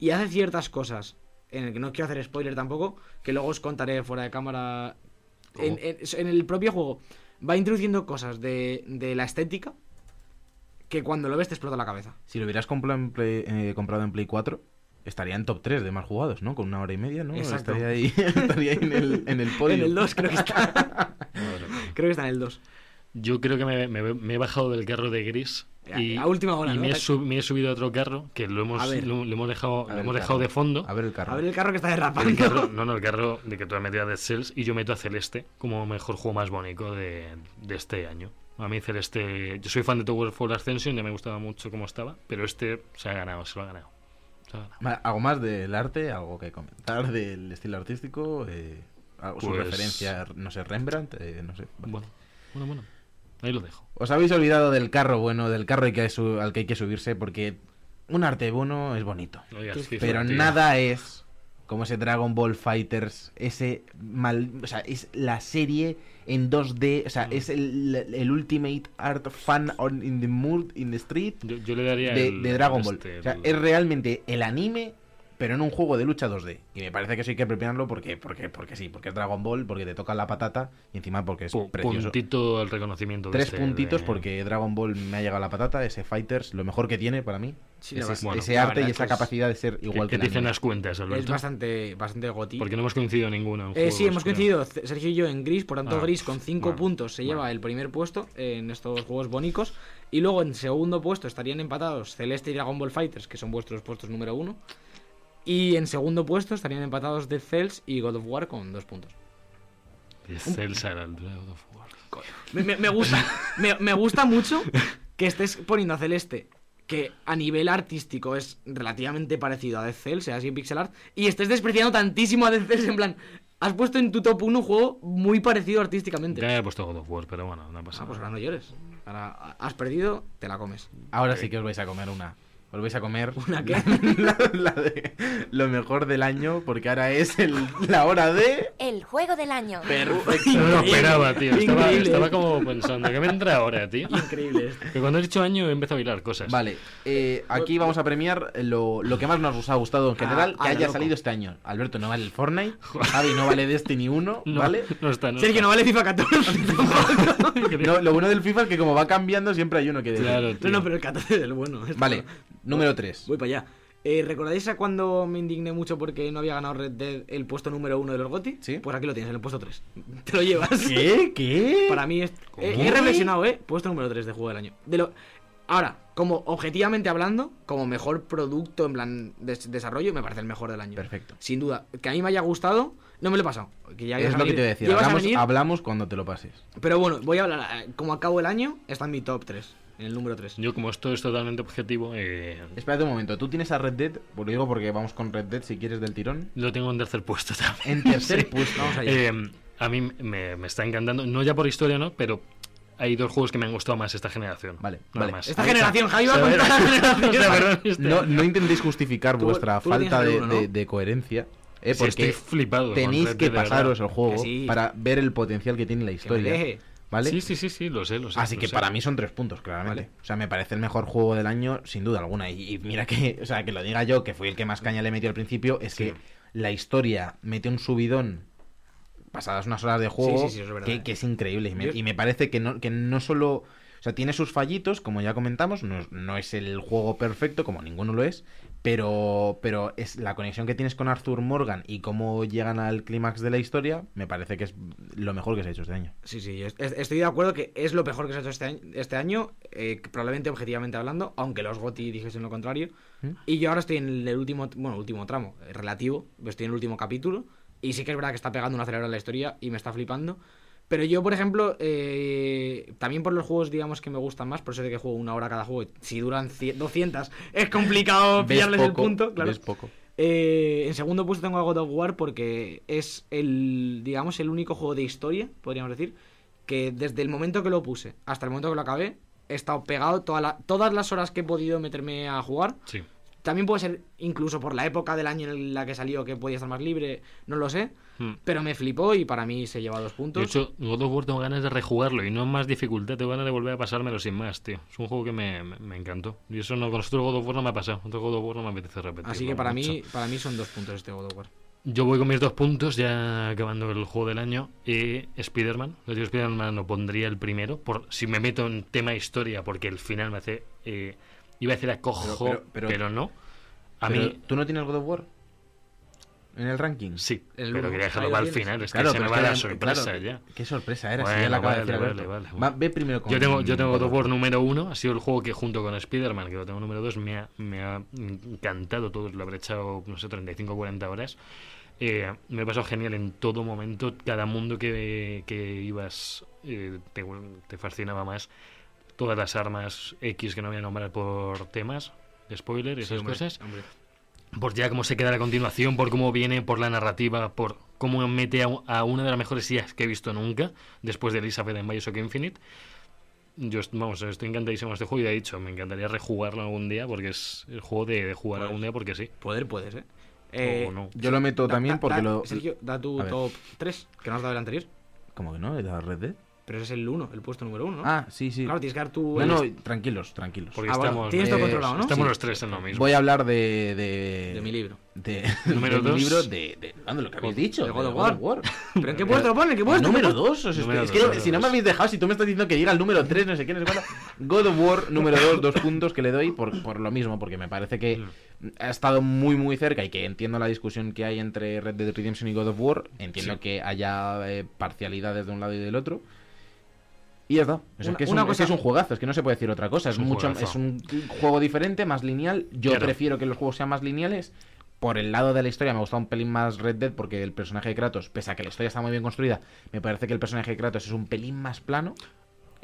Speaker 3: Y hace ciertas cosas, en el que no quiero hacer spoiler tampoco, que luego os contaré fuera de cámara. En, en- en el propio juego va introduciendo cosas de, de la estética que cuando lo ves te explota la cabeza.
Speaker 2: Si lo hubieras comprado en Play, eh, comprado en Play 4, estaría en top 3 de más jugados, ¿no? Con una hora y media, ¿no?
Speaker 3: Exacto.
Speaker 2: Estaría ahí, estaría ahí en, el, en el podio.
Speaker 3: En el 2 creo que está.
Speaker 1: Madre mía.
Speaker 3: creo que está en el 2.
Speaker 1: Yo creo que me, me- me he bajado del carro de gris.
Speaker 3: A-
Speaker 1: Y,
Speaker 3: a última hora,
Speaker 1: y
Speaker 3: ¿no?
Speaker 1: me, he sub- me he subido a otro carro que lo hemos,
Speaker 3: A ver.
Speaker 1: lo, lo hemos dejado,
Speaker 2: A
Speaker 1: lo
Speaker 2: ver,
Speaker 1: hemos
Speaker 2: el
Speaker 1: dejado de
Speaker 2: carro.
Speaker 1: fondo.
Speaker 2: A ver el carro.
Speaker 3: A ver el carro que está derrapando.
Speaker 1: El carro- no, no, el carro de que tú has metido a Dead Cells y yo meto a Celeste como mejor juego más bonito de, de este año. A mí Celeste, yo soy fan de Tower Fall Ascension, ya me gustaba mucho cómo estaba, pero este se ha ganado, se lo ha ganado. Se lo ha ganado.
Speaker 2: Ma- Algo más del arte, algo que comentar del estilo artístico, eh, algo- su
Speaker 1: Pues-
Speaker 2: referencia, no sé, Rembrandt, eh, no sé. Vale.
Speaker 1: Bueno, bueno, bueno. Ahí lo dejo.
Speaker 2: Os habéis olvidado del carro bueno, del carro hay que su- al que hay que subirse porque un arte bueno es bonito.
Speaker 1: No digas que es
Speaker 2: pero
Speaker 1: mentira.
Speaker 2: nada es como ese Dragon Ball Fighters, ese mal, o sea, es la serie en 2D, o
Speaker 1: Mm.
Speaker 2: sea, es el, el Ultimate Art Fan on, in the Mood in the Street
Speaker 1: Yo, yo le daría
Speaker 2: de,
Speaker 1: el-
Speaker 2: de Dragon Ball.
Speaker 1: este,
Speaker 2: o sea,
Speaker 1: el-
Speaker 2: es realmente el anime, pero en un juego de lucha 2D. Y me parece que eso hay que premiarlo porque, porque, porque sí, porque es Dragon Ball, porque te toca la patata y encima porque es
Speaker 1: pu-
Speaker 2: precioso.
Speaker 1: puntito al reconocimiento. de
Speaker 2: Tres
Speaker 1: este,
Speaker 2: puntitos
Speaker 1: de-
Speaker 2: porque Dragon Ball me ha llegado la patata, ese Fighters, lo mejor que tiene para mí.
Speaker 3: Sí, la
Speaker 2: es,
Speaker 3: verdad-
Speaker 2: ese-
Speaker 1: bueno,
Speaker 2: ese
Speaker 3: la
Speaker 2: arte
Speaker 3: verdad
Speaker 2: y
Speaker 3: que
Speaker 2: esa
Speaker 3: es-
Speaker 2: capacidad de ser igual
Speaker 1: ¿Qué,
Speaker 2: que
Speaker 1: qué
Speaker 2: el
Speaker 1: te dicen
Speaker 2: anime.
Speaker 1: las cuentas,
Speaker 3: Es
Speaker 1: Alberto?
Speaker 3: bastante, bastante goti.
Speaker 1: Porque no hemos coincidido en ninguno. en
Speaker 3: Eh, sí,
Speaker 1: juegos,
Speaker 3: hemos
Speaker 1: creo.
Speaker 3: coincidido C- Sergio y yo en gris, por tanto
Speaker 1: Ah,
Speaker 3: gris con 5
Speaker 1: bueno,
Speaker 3: puntos se
Speaker 1: bueno.
Speaker 3: lleva el primer puesto en estos juegos bonicos y luego en segundo puesto estarían empatados Celeste y Dragon Ball Fighters, que son vuestros puestos número uno y en segundo puesto estarían empatados Dead Cells y God of War con dos puntos.
Speaker 1: De Cells a la altura de God of War.
Speaker 3: Me, me- me gusta, me, me gusta mucho que estés poniendo a Celeste, que a nivel artístico es relativamente parecido a Dead Cells, sea así en pixel art, y estés despreciando tantísimo a Dead Cells, en plan, has puesto en tu top 1 un juego muy parecido artísticamente.
Speaker 1: Ya he puesto God of War, pero bueno, no pasa
Speaker 3: Ah, pues ahora
Speaker 1: nada.
Speaker 3: no llores. Ahora has perdido, te la comes.
Speaker 2: Ahora sí que os vais a comer una. Os vais a comer
Speaker 3: ¿Una qué?
Speaker 2: la, la de lo mejor del año porque ahora es el- la hora de...
Speaker 6: El juego del año.
Speaker 1: No me lo
Speaker 3: Increíble,
Speaker 1: esperaba, tío. Estaba,
Speaker 3: increíble.
Speaker 1: estaba como pensando, ¿qué me entra ahora, tío?
Speaker 3: Increíble esto.
Speaker 1: Que cuando has dicho año he empezado a hilar cosas.
Speaker 2: Vale, eh, aquí vamos a premiar lo, lo que más nos ha gustado en general
Speaker 3: Ah,
Speaker 2: que
Speaker 3: a lo
Speaker 2: haya
Speaker 3: loco.
Speaker 2: salido este año. Alberto no vale el Fortnite, Javi no vale Destiny 1,
Speaker 1: No,
Speaker 2: ¿vale?
Speaker 1: No está, no
Speaker 3: Sergio, no vale FIFA 14 tampoco.
Speaker 2: No, lo bueno del FIFA es que como va cambiando siempre hay uno que... decir.
Speaker 1: Claro,
Speaker 3: No,
Speaker 1: tío.
Speaker 3: no, pero el 14 es el bueno. Esto-
Speaker 2: Vale, número 3.
Speaker 3: Voy para allá. Eh, ¿Recordáis a cuando me indigné mucho porque no había ganado Red Dead el puesto número uno de los GOTI?
Speaker 2: Sí.
Speaker 3: Pues aquí lo tienes, en el puesto 3. Te lo llevas.
Speaker 2: ¿Qué? ¿Qué?
Speaker 3: Para mí es.
Speaker 1: ¿Cómo?
Speaker 3: He, he reflexionado, ¿eh? Puesto número 3 de juego del año. De lo... Ahora, como objetivamente hablando, como mejor producto en plan de desarrollo, me parece el mejor del año.
Speaker 2: Perfecto.
Speaker 3: Sin duda. Que a mí me haya gustado, no me lo he pasado. Que ya ibas
Speaker 2: Es lo que
Speaker 3: venir-
Speaker 2: te voy a decir.
Speaker 3: ya ibas a
Speaker 2: Hablamos,
Speaker 3: venir,
Speaker 2: hablamos cuando te lo pases.
Speaker 3: Pero bueno, voy a hablar. eh, Como acabo el año, está en mi top 3. En el número 3.
Speaker 1: Yo, como esto es totalmente objetivo, eh,
Speaker 2: Espérate un momento, tú tienes a Red Dead, lo digo porque vamos con Red Dead si quieres del tirón.
Speaker 1: lo tengo en tercer puesto también.
Speaker 2: En tercer
Speaker 1: Sí.
Speaker 2: puesto. Vamos allá.
Speaker 1: Eh, a mí me, me está encantando, no ya por historia, ¿no? Pero hay dos juegos que me han gustado más esta generación.
Speaker 2: Vale,
Speaker 1: Nada
Speaker 2: vale.
Speaker 1: más.
Speaker 3: Esta
Speaker 1: Ahí está.
Speaker 3: generación, Javi, va
Speaker 1: O
Speaker 3: a
Speaker 1: sea,
Speaker 3: contar la
Speaker 1: o sea,
Speaker 3: generación.
Speaker 1: perdón, este-
Speaker 2: No, no intentéis justificar
Speaker 3: Tú-
Speaker 2: vuestra
Speaker 3: tú
Speaker 2: falta
Speaker 3: tienes
Speaker 2: de,
Speaker 3: el uno, ¿no? este
Speaker 2: de- de coherencia, eh,
Speaker 1: Sí,
Speaker 2: porque
Speaker 1: estoy flipado con
Speaker 2: tenéis
Speaker 1: Red
Speaker 2: que
Speaker 1: Dead, de
Speaker 2: pasaros el
Speaker 1: verdad.
Speaker 2: juego
Speaker 3: Que sí.
Speaker 2: para ver el potencial que tiene la historia.
Speaker 3: deje.
Speaker 2: ¿Vale?
Speaker 1: Sí, sí, sí, sí, lo sé, lo sé.
Speaker 2: Así
Speaker 1: lo
Speaker 2: que
Speaker 1: sé.
Speaker 2: para mí son tres puntos, claramente. O sea, me parece el mejor juego del año, sin duda alguna. Y, y mira que, o sea, que lo diga yo, que fui el que más caña le metió al principio, es que la historia mete un subidón pasadas unas horas de juego
Speaker 3: Sí, sí, sí, eso es verdad,
Speaker 2: que,
Speaker 3: eh.
Speaker 2: que es increíble. Y me,
Speaker 3: Yo-
Speaker 2: y me parece que no, que no solo. O sea, tiene sus fallitos, como ya comentamos, no, es- no es el juego perfecto, como ninguno lo es, Pero, pero es la conexión que tienes con Arthur Morgan y cómo llegan al clímax de la historia, me parece que es lo mejor que se ha hecho este año.
Speaker 3: Sí, sí, yo est- estoy de acuerdo que es lo mejor que se ha hecho este año, este año eh, que probablemente objetivamente hablando, aunque los GOTI dijesen lo contrario.
Speaker 2: ¿Mm?
Speaker 3: Y yo ahora estoy en el último, bueno, último tramo, eh, relativo, estoy en el último capítulo, y sí que es verdad que está pegando una acelerada la historia y me está flipando. Pero yo, por ejemplo, eh, también por los juegos, digamos, que me gustan más, por eso de que juego una hora cada juego, si duran cien- 200, es complicado
Speaker 2: Ves
Speaker 3: pillarles el
Speaker 2: poco,
Speaker 3: punto, claro.
Speaker 2: ves poco.
Speaker 3: Eh, en segundo puesto tengo a God of War porque es el, digamos, el único juego de historia, podríamos decir, que desde el momento que lo puse hasta el momento que lo acabé, he estado pegado toda la- todas las horas que he podido meterme a jugar.
Speaker 1: Sí.
Speaker 3: También puede ser incluso por la época del año en la que salió que podía estar más libre, no lo sé.
Speaker 2: Mm.
Speaker 1: Hmm.
Speaker 3: Pero me flipó y para mí se lleva dos
Speaker 1: De
Speaker 3: puntos.
Speaker 1: hecho, God of War tengo ganas de rejugarlo y no es más dificultad, tengo ganas de volver a pasármelo sin más, tío. Es un juego que me, me- me encantó. Y eso no, con los otros God of War no me ha pasado. Otro God of War no me apetece repetir.
Speaker 3: Así que para mí, para mí son dos puntos este God of War.
Speaker 1: Yo voy con mis dos puntos, ya acabando el juego del año. Y Spider-Man, lo digo, Spider-Man lo pondría el primero. Por, si me meto en tema historia, porque el final me hace. eh, iba a decir acojo, pero,
Speaker 2: Pero- pero- pero-
Speaker 1: no. A
Speaker 2: Pero,
Speaker 1: mí.
Speaker 2: ¿Tú no tienes God of War? ¿En el ranking?
Speaker 1: Sí,
Speaker 3: el
Speaker 1: pero
Speaker 3: uno.
Speaker 1: quería dejarlo
Speaker 3: Ahí lo
Speaker 1: para el
Speaker 3: tienes.
Speaker 1: final. Es
Speaker 2: Claro,
Speaker 1: que se
Speaker 2: pero
Speaker 1: me
Speaker 2: es
Speaker 1: va
Speaker 2: que
Speaker 1: la
Speaker 2: era-
Speaker 1: sorpresa
Speaker 2: claro,
Speaker 1: ya.
Speaker 2: Qué sorpresa era,
Speaker 1: Bueno,
Speaker 2: si ya la acaba de
Speaker 1: vale,
Speaker 2: decir
Speaker 1: vale,
Speaker 2: Alberto.
Speaker 1: vale,
Speaker 2: Va, ve primero con
Speaker 1: Yo tengo, yo tengo God of
Speaker 2: War.
Speaker 1: War número uno, ha sido el juego que junto con Spider-Man, que lo tengo número dos, me ha, me ha encantado todo, lo habré echado, no sé, 35 o 40 horas. Eh, me he pasado genial en todo momento, cada mundo que, que ibas eh, te, te fascinaba más. Todas las armas X que no voy a nombrar por temas, spoiler, esas cosas por ya cómo se queda la continuación, por cómo viene, por la narrativa, por cómo mete a, a una de las mejores sillas que he visto nunca, después de Elizabeth en Bioshock Infinite. Yo, est- vamos, estoy encantadísimo con este juego y ya he dicho, me encantaría rejugarlo algún día, porque es el juego de, de jugar
Speaker 3: Pues-
Speaker 1: algún día porque sí.
Speaker 3: Poder puedes, ¿eh?
Speaker 1: o no.
Speaker 2: Yo lo meto
Speaker 3: da-
Speaker 2: también
Speaker 3: da-
Speaker 2: porque
Speaker 3: da-
Speaker 2: lo.
Speaker 3: Sergio, da tu
Speaker 2: A ver.
Speaker 3: top 3, que no has dado el anterior.
Speaker 2: ¿Cómo que no? ¿El de la Red Dead?
Speaker 3: Pero ese es el 1, el puesto número 1, ¿no?
Speaker 2: Ah, sí, sí.
Speaker 3: Claro, tienes que dar tu.
Speaker 2: no, no, tranquilos, tranquilos.
Speaker 1: Porque
Speaker 3: Ah, bueno,
Speaker 1: estamos,
Speaker 3: tienes
Speaker 2: todo
Speaker 1: los-
Speaker 2: controlado, ¿no?
Speaker 1: estamos
Speaker 2: Sí.
Speaker 1: los tres en lo mismo.
Speaker 2: Voy a hablar de. De,
Speaker 3: De mi libro.
Speaker 2: De,
Speaker 1: Número
Speaker 2: de mi
Speaker 1: dos.
Speaker 2: libro de. de- ¿dónde lo que habéis dicho?
Speaker 3: de God
Speaker 2: de
Speaker 3: of War. ¿Pero en qué puesto lo pone? ¿En qué puesto?
Speaker 2: Número 2, o sea,
Speaker 1: Número
Speaker 2: es
Speaker 1: dos,
Speaker 2: que no-
Speaker 1: número
Speaker 2: si no me
Speaker 1: dos.
Speaker 2: habéis dejado, si tú me estás diciendo que llega al número 3, no sé quién es cuál. God of War número 2, dos puntos que le doy por, por lo mismo, porque me parece que ha estado muy muy cerca y que entiendo la discusión que hay entre Red Dead Redemption y God of War, entiendo
Speaker 1: Sí.
Speaker 2: que haya eh, parcialidades de un lado y del otro. Y ya está. O sea,
Speaker 3: Una-
Speaker 2: es, que es,
Speaker 3: una
Speaker 2: un, es que
Speaker 3: cosa-
Speaker 2: es un juegazo, es que no se puede decir otra cosa. Es,
Speaker 1: un
Speaker 2: mucho,
Speaker 1: juegazo.
Speaker 2: es un juego diferente, más lineal. Yo
Speaker 1: Claro.
Speaker 2: prefiero que los juegos sean más lineales. Por el lado de la historia me gusta un pelín más Red Dead porque el personaje de Kratos, pese a que la historia está muy bien construida, me parece que el personaje de Kratos es un pelín más plano.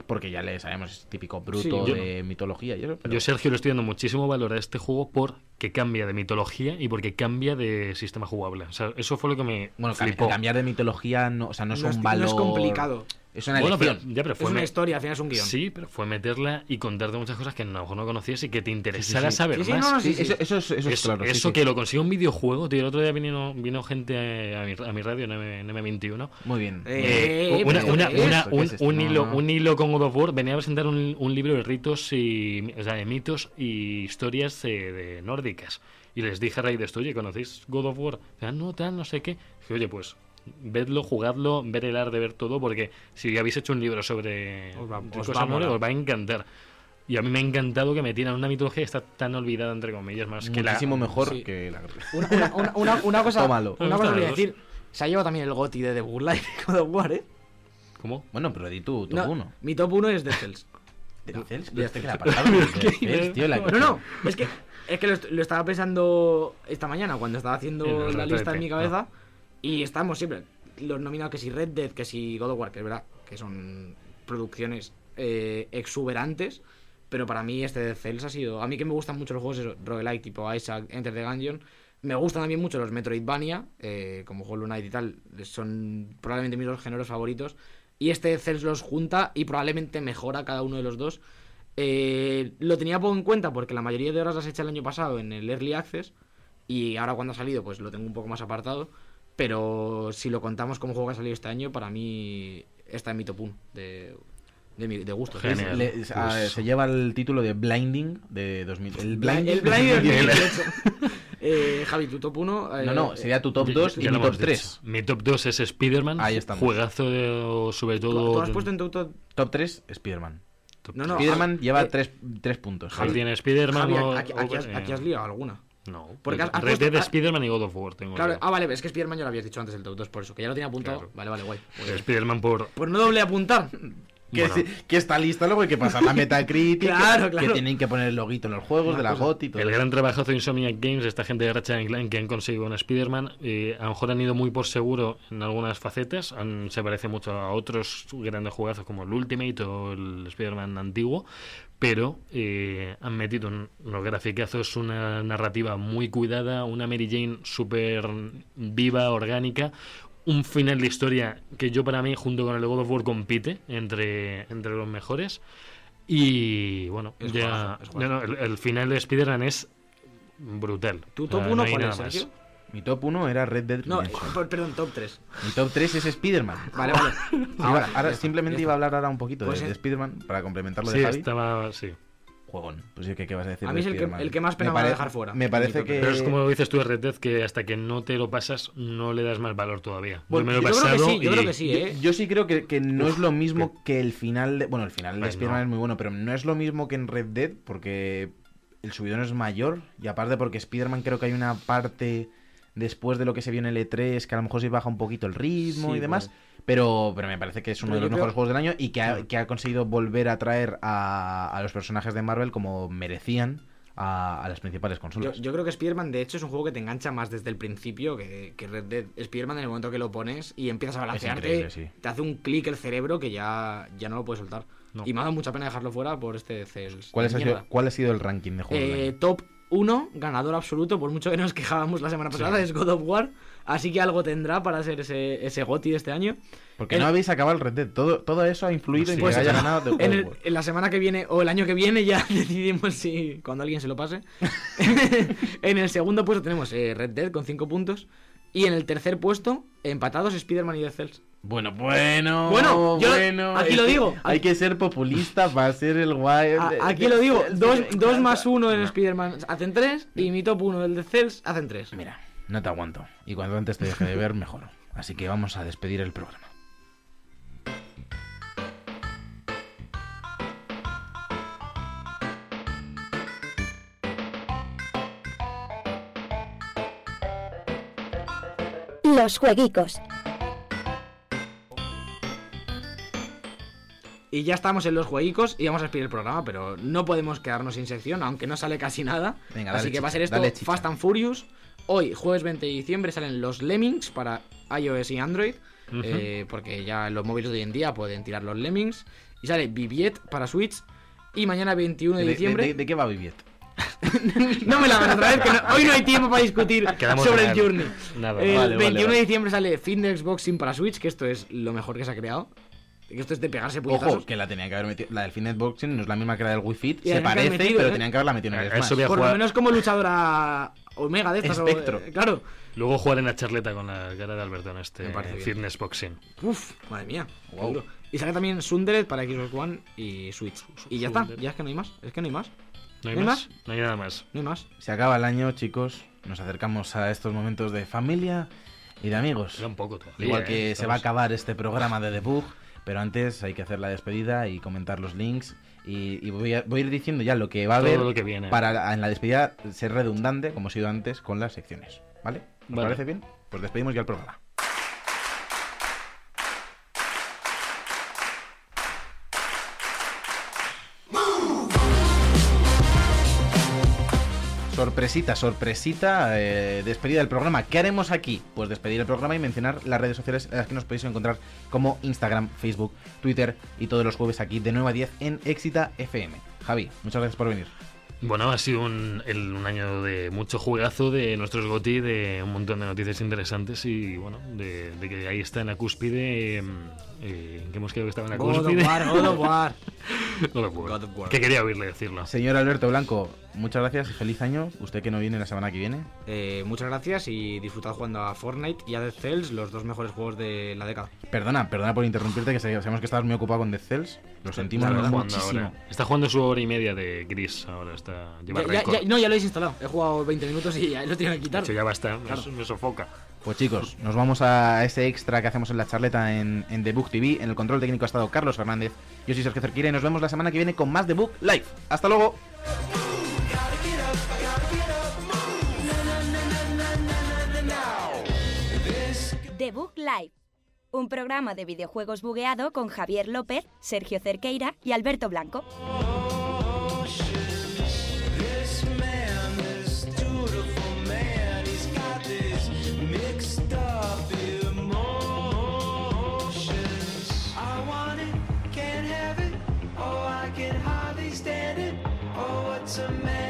Speaker 2: Porque ya le sabemos, es típico bruto
Speaker 1: Sí, yo-
Speaker 2: de mitología y eso. pero-
Speaker 1: Yo, Sergio, le estoy dando muchísimo valor a este juego porque cambia de mitología y porque cambia de sistema jugable. O sea, eso fue lo que me
Speaker 2: bueno, cam-
Speaker 1: flipó.
Speaker 2: cambiar de mitología no, o sea, no es
Speaker 3: No es-
Speaker 2: un
Speaker 3: no es
Speaker 2: valor.
Speaker 3: complicado.
Speaker 2: Es una
Speaker 1: Bueno, pero-
Speaker 2: elección.
Speaker 1: ya, pero
Speaker 3: Es
Speaker 1: fue
Speaker 3: una
Speaker 1: me-
Speaker 3: historia, al final es un guión.
Speaker 1: Sí, pero fue meterla y contarte muchas cosas que a lo mejor no conocías y que te interesara
Speaker 2: sí.
Speaker 1: saber
Speaker 3: Sí, sí,
Speaker 1: más.
Speaker 3: no, no,
Speaker 2: Sí,
Speaker 3: sí, sí.
Speaker 2: Eso, eso es, eso es
Speaker 1: Eso-
Speaker 2: claro. sí,
Speaker 1: eso
Speaker 2: sí.
Speaker 1: que lo consigue un videojuego, tío. El otro día vino, vino gente a mi, a mi radio en, M, 21
Speaker 2: Muy bien.
Speaker 3: Eh,
Speaker 1: Eh, una-
Speaker 3: pero
Speaker 1: una-
Speaker 3: ¿qué es
Speaker 1: una-
Speaker 2: esto? ¿Qué
Speaker 1: un,
Speaker 2: es esto?
Speaker 1: un
Speaker 2: No,
Speaker 1: hilo,
Speaker 2: no.
Speaker 1: un hilo con God of War venía a presentar un, un libro de ritos y o sea, de mitos y historias eh, de nórdicas. Y les dije a raíz de esto, oye, ¿conocéis God of War? Ah, no, tal, no sé qué. Dije, oye, pues vedlo, jugadlo, ver el arte, ver todo, porque si habéis hecho un libro sobre
Speaker 3: Os va- os
Speaker 1: Ricos
Speaker 3: va a
Speaker 1: Amores,
Speaker 3: molar.
Speaker 1: os va a encantar. Y a mí me ha encantado que me tiran una mitología que está tan olvidada, entre comillas, más que la...
Speaker 2: Muchísimo mejor
Speaker 3: sí.
Speaker 2: que la
Speaker 3: Una, una- una- una- una cosa.
Speaker 2: Tómalo.
Speaker 3: Una cosa
Speaker 1: Tómalo.
Speaker 3: voy a decir. Se ha llevado también el Goti de The Good Life God of War, ¿eh?
Speaker 1: ¿Cómo?
Speaker 2: Bueno, pero di tú, top
Speaker 3: No,
Speaker 2: 1.
Speaker 3: Mi top 1 es Dead Cells.
Speaker 2: ¿De Cells?
Speaker 3: de
Speaker 2: Este que la
Speaker 3: Cells.
Speaker 2: palabra, de
Speaker 1: ¿Qué?
Speaker 2: Cells, tío, la-
Speaker 3: No, no, es que, es que lo, est- lo estaba pensando esta mañana cuando estaba
Speaker 1: En
Speaker 3: haciendo
Speaker 1: el
Speaker 3: la
Speaker 1: retrete,
Speaker 3: lista en mi cabeza. Y estamos siempre los nominados que si Red Dead, que si God of War, que es verdad que son producciones eh, exuberantes. Pero para mí este de Cells ha sido... A mí que me gustan mucho los juegos eso, roguelike tipo Isaac, Enter the Gungeon. Me gustan también mucho los Metroidvania, eh, como Hollow Knight y tal. Son probablemente mis dos géneros favoritos. Y este de Cells los junta y probablemente mejora cada uno de los dos. Eh, lo tenía poco en cuenta porque la mayoría de horas las he hecho el año pasado en el Early Access y ahora cuando ha salido pues lo tengo un poco más apartado. Pero si lo contamos como juego que ha salido este año, para mí está en mi top 1 de, de, mi- de gusto.
Speaker 1: Genial.
Speaker 2: Le- a-
Speaker 1: Pues-
Speaker 2: se lleva el título de Blinding de 2000. El Blinding.
Speaker 3: El Blind del 2018. Eh, Javi, tu top eh, 1.
Speaker 2: No, no, sería tu top
Speaker 1: Ya-
Speaker 2: 2
Speaker 1: ya
Speaker 2: y
Speaker 1: lo
Speaker 2: mi
Speaker 1: hemos
Speaker 2: top 3.
Speaker 1: dicho. Mi top 2 es Spider-Man.
Speaker 2: Ahí estamos.
Speaker 1: Juegazo, de- sobre
Speaker 3: ¿Tú,
Speaker 1: todo.
Speaker 3: tú has puesto en tu top.
Speaker 2: Top 3, Spider-Man.
Speaker 1: Top
Speaker 3: No,
Speaker 1: tres.
Speaker 3: no.
Speaker 2: Spider-Man
Speaker 3: ah,
Speaker 2: lleva
Speaker 3: eh,
Speaker 2: 3 puntos.
Speaker 1: Javi tiene Spider-Man.
Speaker 3: Javi,
Speaker 1: o-
Speaker 3: aquí, aquí has,
Speaker 1: o-
Speaker 3: aquí has
Speaker 1: eh,
Speaker 3: liado alguna.
Speaker 1: No.
Speaker 3: Porque
Speaker 1: Porque
Speaker 3: has- has
Speaker 1: Red
Speaker 3: puesto-
Speaker 1: Dead,
Speaker 3: has-
Speaker 1: Spider-Man y God of War tengo.
Speaker 3: Claro,
Speaker 1: yo.
Speaker 3: ah, vale, pero es que Spiderman ya lo habías dicho antes del Dog 2, por eso, que ya lo tenía apuntado.
Speaker 1: Claro.
Speaker 3: Vale, vale, guay. Muy bien.
Speaker 1: Spider-Man por...
Speaker 3: Pues no doble apuntar.
Speaker 2: Que,
Speaker 1: bueno,
Speaker 2: sí- que está lista luego hay que pasar la Metacritic.
Speaker 3: Claro,
Speaker 2: que,
Speaker 3: claro.
Speaker 2: que tienen que poner el loguito en los juegos, de la GOT y todo.
Speaker 1: el gran trabajazo de Insomniac Games, esta gente de Ratchet Clank que han conseguido un Spider-Man, eh, a lo mejor han ido muy por seguro en algunas facetas, han- se parece mucho a otros grandes jugazos como el Ultimate o el Spider-Man antiguo, pero eh, han metido un- unos graficazos, una narrativa muy cuidada, una Mary Jane súper viva, orgánica, un final de historia que yo para mí, junto con el God of War, compite entre, entre los mejores. Y bueno,
Speaker 3: Es
Speaker 1: ya,
Speaker 3: juegazo, es juegazo.
Speaker 1: no, no, el, el final de Spider-Man es brutal.
Speaker 3: ¿Tu
Speaker 1: O
Speaker 3: top
Speaker 1: sea,
Speaker 3: 1
Speaker 1: Ah, no hay
Speaker 3: cuál es,
Speaker 1: nada más.
Speaker 3: Sergio?
Speaker 2: Mi top 1 era Red Dead
Speaker 3: No,
Speaker 2: Redemption.
Speaker 3: eh, perdón, top 3.
Speaker 2: Mi top 3 es Spider-Man.
Speaker 3: Vale, vale.
Speaker 2: Ahora,
Speaker 3: ya
Speaker 2: ahora
Speaker 3: está,
Speaker 2: simplemente
Speaker 3: ya
Speaker 2: iba a hablar ahora un poquito
Speaker 3: Pues
Speaker 2: de,
Speaker 3: es-
Speaker 2: de Spider-Man para complementarlo
Speaker 1: Sí,
Speaker 2: de Javi.
Speaker 1: estaba, sí.
Speaker 2: Juegón. Pues yo, ¿qué, qué vas a decir?
Speaker 3: A
Speaker 2: de
Speaker 3: mí es el que-
Speaker 2: Spider-Man?
Speaker 3: el que más pena
Speaker 2: Me
Speaker 3: me va a
Speaker 2: pare-
Speaker 3: dejar fuera.
Speaker 2: Me parece que.
Speaker 1: Pero es como dices tú de Red Dead, que hasta que no te lo pasas, no le das más valor todavía.
Speaker 3: Bueno,
Speaker 1: yo me lo he
Speaker 3: yo creo que
Speaker 1: pasado
Speaker 3: sí, yo
Speaker 1: y-
Speaker 3: creo que sí. ¿eh?
Speaker 2: Yo, yo sí creo que, que no
Speaker 1: Uf,
Speaker 2: es lo mismo que el final de. Bueno, el final de
Speaker 1: Pues
Speaker 2: Spider-Man
Speaker 1: no.
Speaker 2: es muy bueno, pero no es lo mismo que en Red Dead porque el subidón es mayor. Y aparte porque Spider-Man creo que hay una parte después de lo que se vio en el E3 que a lo mejor se baja un poquito el ritmo
Speaker 3: Sí,
Speaker 2: y demás. Pero, pero me parece que es uno
Speaker 3: Pero
Speaker 2: de
Speaker 3: yo
Speaker 2: los
Speaker 3: creo-
Speaker 2: mejores juegos del año y que ha, que ha conseguido volver a traer a, a los personajes de Marvel como merecían a, a las principales
Speaker 3: Yo,
Speaker 2: consolas.
Speaker 3: yo creo que Spider-Man, de hecho, es un juego que te engancha más desde el principio que, que Red Dead. Spider-Man, en el momento que lo pones y empiezas a balancearte,
Speaker 2: increíble, sí.
Speaker 3: te hace un clic el cerebro que ya, ya no lo puedes soltar.
Speaker 1: No.
Speaker 3: Y me ha dado mucha pena dejarlo fuera por este Cells.
Speaker 2: ¿Cuál, es- ha
Speaker 3: Mierda.
Speaker 2: sido, ¿Cuál ha sido el ranking de juegos? del
Speaker 3: Eh,
Speaker 2: año?
Speaker 3: top 1, ganador absoluto, por mucho que nos quejábamos la semana pasada, es God of War. Así que algo tendrá para ser ese, ese GOTI de este año.
Speaker 2: Porque
Speaker 3: el-
Speaker 2: no habéis acabado el Red Dead. Todo, todo eso ha influido en que
Speaker 1: Pues
Speaker 2: haya
Speaker 1: sí.
Speaker 2: ganado The Old
Speaker 3: En, el-
Speaker 2: World.
Speaker 3: en la semana que viene o el año que viene ya decidimos si cuando alguien se lo pase. en el segundo puesto tenemos eh, Red Dead con 5 puntos. Y en el tercer puesto, empatados Spider-Man y Dead Cells.
Speaker 2: Bueno, bueno.
Speaker 3: Bueno, yo- aquí
Speaker 2: es
Speaker 3: lo
Speaker 2: que
Speaker 3: digo.
Speaker 2: Hay que ser populista para ser el guay.
Speaker 3: A- aquí lo digo, 2 más 1 en Spider-Man hacen 3 y mi top 1 del Dead Cells hacen 3.
Speaker 2: Mira, no te aguanto. Y cuanto antes te deje de ver, mejor. Así que vamos a despedir el programa.
Speaker 6: Los jueguicos.
Speaker 3: Y ya estamos en los jueguicos y vamos a despedir el programa, pero no podemos quedarnos sin sección, aunque no sale casi nada.
Speaker 2: Venga, dale
Speaker 3: Así que va a
Speaker 2: chicha,
Speaker 3: ser esto
Speaker 2: dale chicha.
Speaker 3: Fast and Furious. Hoy, jueves 20 de diciembre, salen los Lemmings para iOS y Android,
Speaker 1: Ujú.
Speaker 3: eh, porque ya los móviles de hoy en día pueden tirar los Lemmings. Y sale Viviet para Switch. Y mañana 21 de,
Speaker 2: ¿De, de-
Speaker 3: diciembre...
Speaker 2: de- de qué va Viviet?
Speaker 3: no me la van a traer, que no- hoy no hay tiempo para discutir
Speaker 1: Quedamos
Speaker 3: sobre
Speaker 1: en
Speaker 3: el
Speaker 1: nada.
Speaker 3: Journey.
Speaker 1: Nada.
Speaker 3: El
Speaker 2: Vale, vale,
Speaker 3: 21
Speaker 2: vale.
Speaker 3: de diciembre sale Fin de Xboxing para Switch, que esto es lo mejor que se ha creado. Que esto es de pegarse puñetazos.
Speaker 2: Ojo, que la tenía que haber metido. La del Fitness Boxing no es la misma que la del Wii Fit.
Speaker 3: Y
Speaker 2: Se
Speaker 3: además que han
Speaker 2: parece,
Speaker 3: metido,
Speaker 2: pero
Speaker 3: ¿eh?
Speaker 2: tenían que haberla metido en el
Speaker 1: A eso
Speaker 2: Smash.
Speaker 1: voy a
Speaker 3: Por
Speaker 1: jugar-
Speaker 3: lo menos como luchadora Omega de estas. o-
Speaker 2: Espectro.
Speaker 3: eh, claro.
Speaker 1: Luego jugar en la charleta con la cara de Alberto en este
Speaker 3: Me parece bien.
Speaker 1: fitness boxing.
Speaker 3: Uf, madre mía. qué
Speaker 2: Wow.
Speaker 3: duro. Y sale también Sunderet para Xbox One y Switch. Y ya está.
Speaker 1: Sunderet.
Speaker 3: Ya es que no hay más. Es que no hay más.
Speaker 1: ¿No hay
Speaker 3: ¿No hay
Speaker 1: más? No hay nada más.
Speaker 3: No hay más.
Speaker 2: Se acaba el año, chicos. Nos acercamos a estos momentos de familia y de amigos.
Speaker 1: Queda un poco todavía,
Speaker 2: Igual
Speaker 1: ¿eh?
Speaker 2: que se va a
Speaker 1: Estamos-
Speaker 2: acabar este programa de debug, pero antes hay que hacer la despedida y comentar los links. Y, y voy, a, voy a ir diciendo ya lo que va a
Speaker 1: Todo
Speaker 2: haber
Speaker 1: lo que viene.
Speaker 2: para la- en la despedida ser redundante, como he sido antes, con las secciones. ¿Vale? ¿Os
Speaker 1: Vale.
Speaker 2: parece bien? Pues despedimos ya el programa. Sorpresita, sorpresita, eh, despedida del programa. ¿Qué haremos aquí? Pues despedir el programa y mencionar las redes sociales en las que nos podéis encontrar como Instagram, Facebook, Twitter y todos los jueves aquí de 9 a 10 en Éxita FM. Javi, muchas gracias por venir.
Speaker 1: Bueno, ha sido un, el- un año de mucho juegazo de nuestros GOTI, de un montón de noticias interesantes y bueno, de, de que ahí está en la cúspide. eh, eh, que hemos quedado que estaba en la
Speaker 3: God
Speaker 1: cúspide.
Speaker 3: of War, God of War.
Speaker 1: No lo puedo.
Speaker 3: God of War.
Speaker 1: Que quería oírle decirlo.
Speaker 2: Señor Alberto Blanco, muchas gracias y feliz año. Usted que no viene la semana que viene.
Speaker 3: Eh, muchas gracias y disfrutad jugando a Fortnite y a Dead Cells, los dos mejores juegos de la década.
Speaker 2: Perdona, perdona por interrumpirte, que sabemos que estabas muy ocupado con Dead Cells. Lo sentimos
Speaker 1: Está jugando
Speaker 2: muchísimo.
Speaker 1: ahora. Está jugando su hora y media de gris ahora. Está, lleva
Speaker 3: Ya- ya-
Speaker 1: récord.
Speaker 3: ya- no, ya lo habéis instalado. He jugado 20 minutos y ya lo tienen que
Speaker 1: De
Speaker 3: quitar.
Speaker 1: hecho, ya basta. Me- Me sofoca.
Speaker 2: Pues chicos, nos vamos a ese extra que hacemos en la charleta en, en Debug TV. En el control técnico ha estado Carlos Fernández. Yo soy Sergio Cerquira y nos vemos la semana que viene con más Debug Live. ¡Hasta luego!
Speaker 4: The Book Live, un programa de videojuegos bugueado con Javier López, Sergio Cerqueira y Alberto Blanco.
Speaker 7: This man, this dutiful man, he's got this mixed up emotions. I want it, can't have it, oh, I can hardly stand it. Oh, what's a man?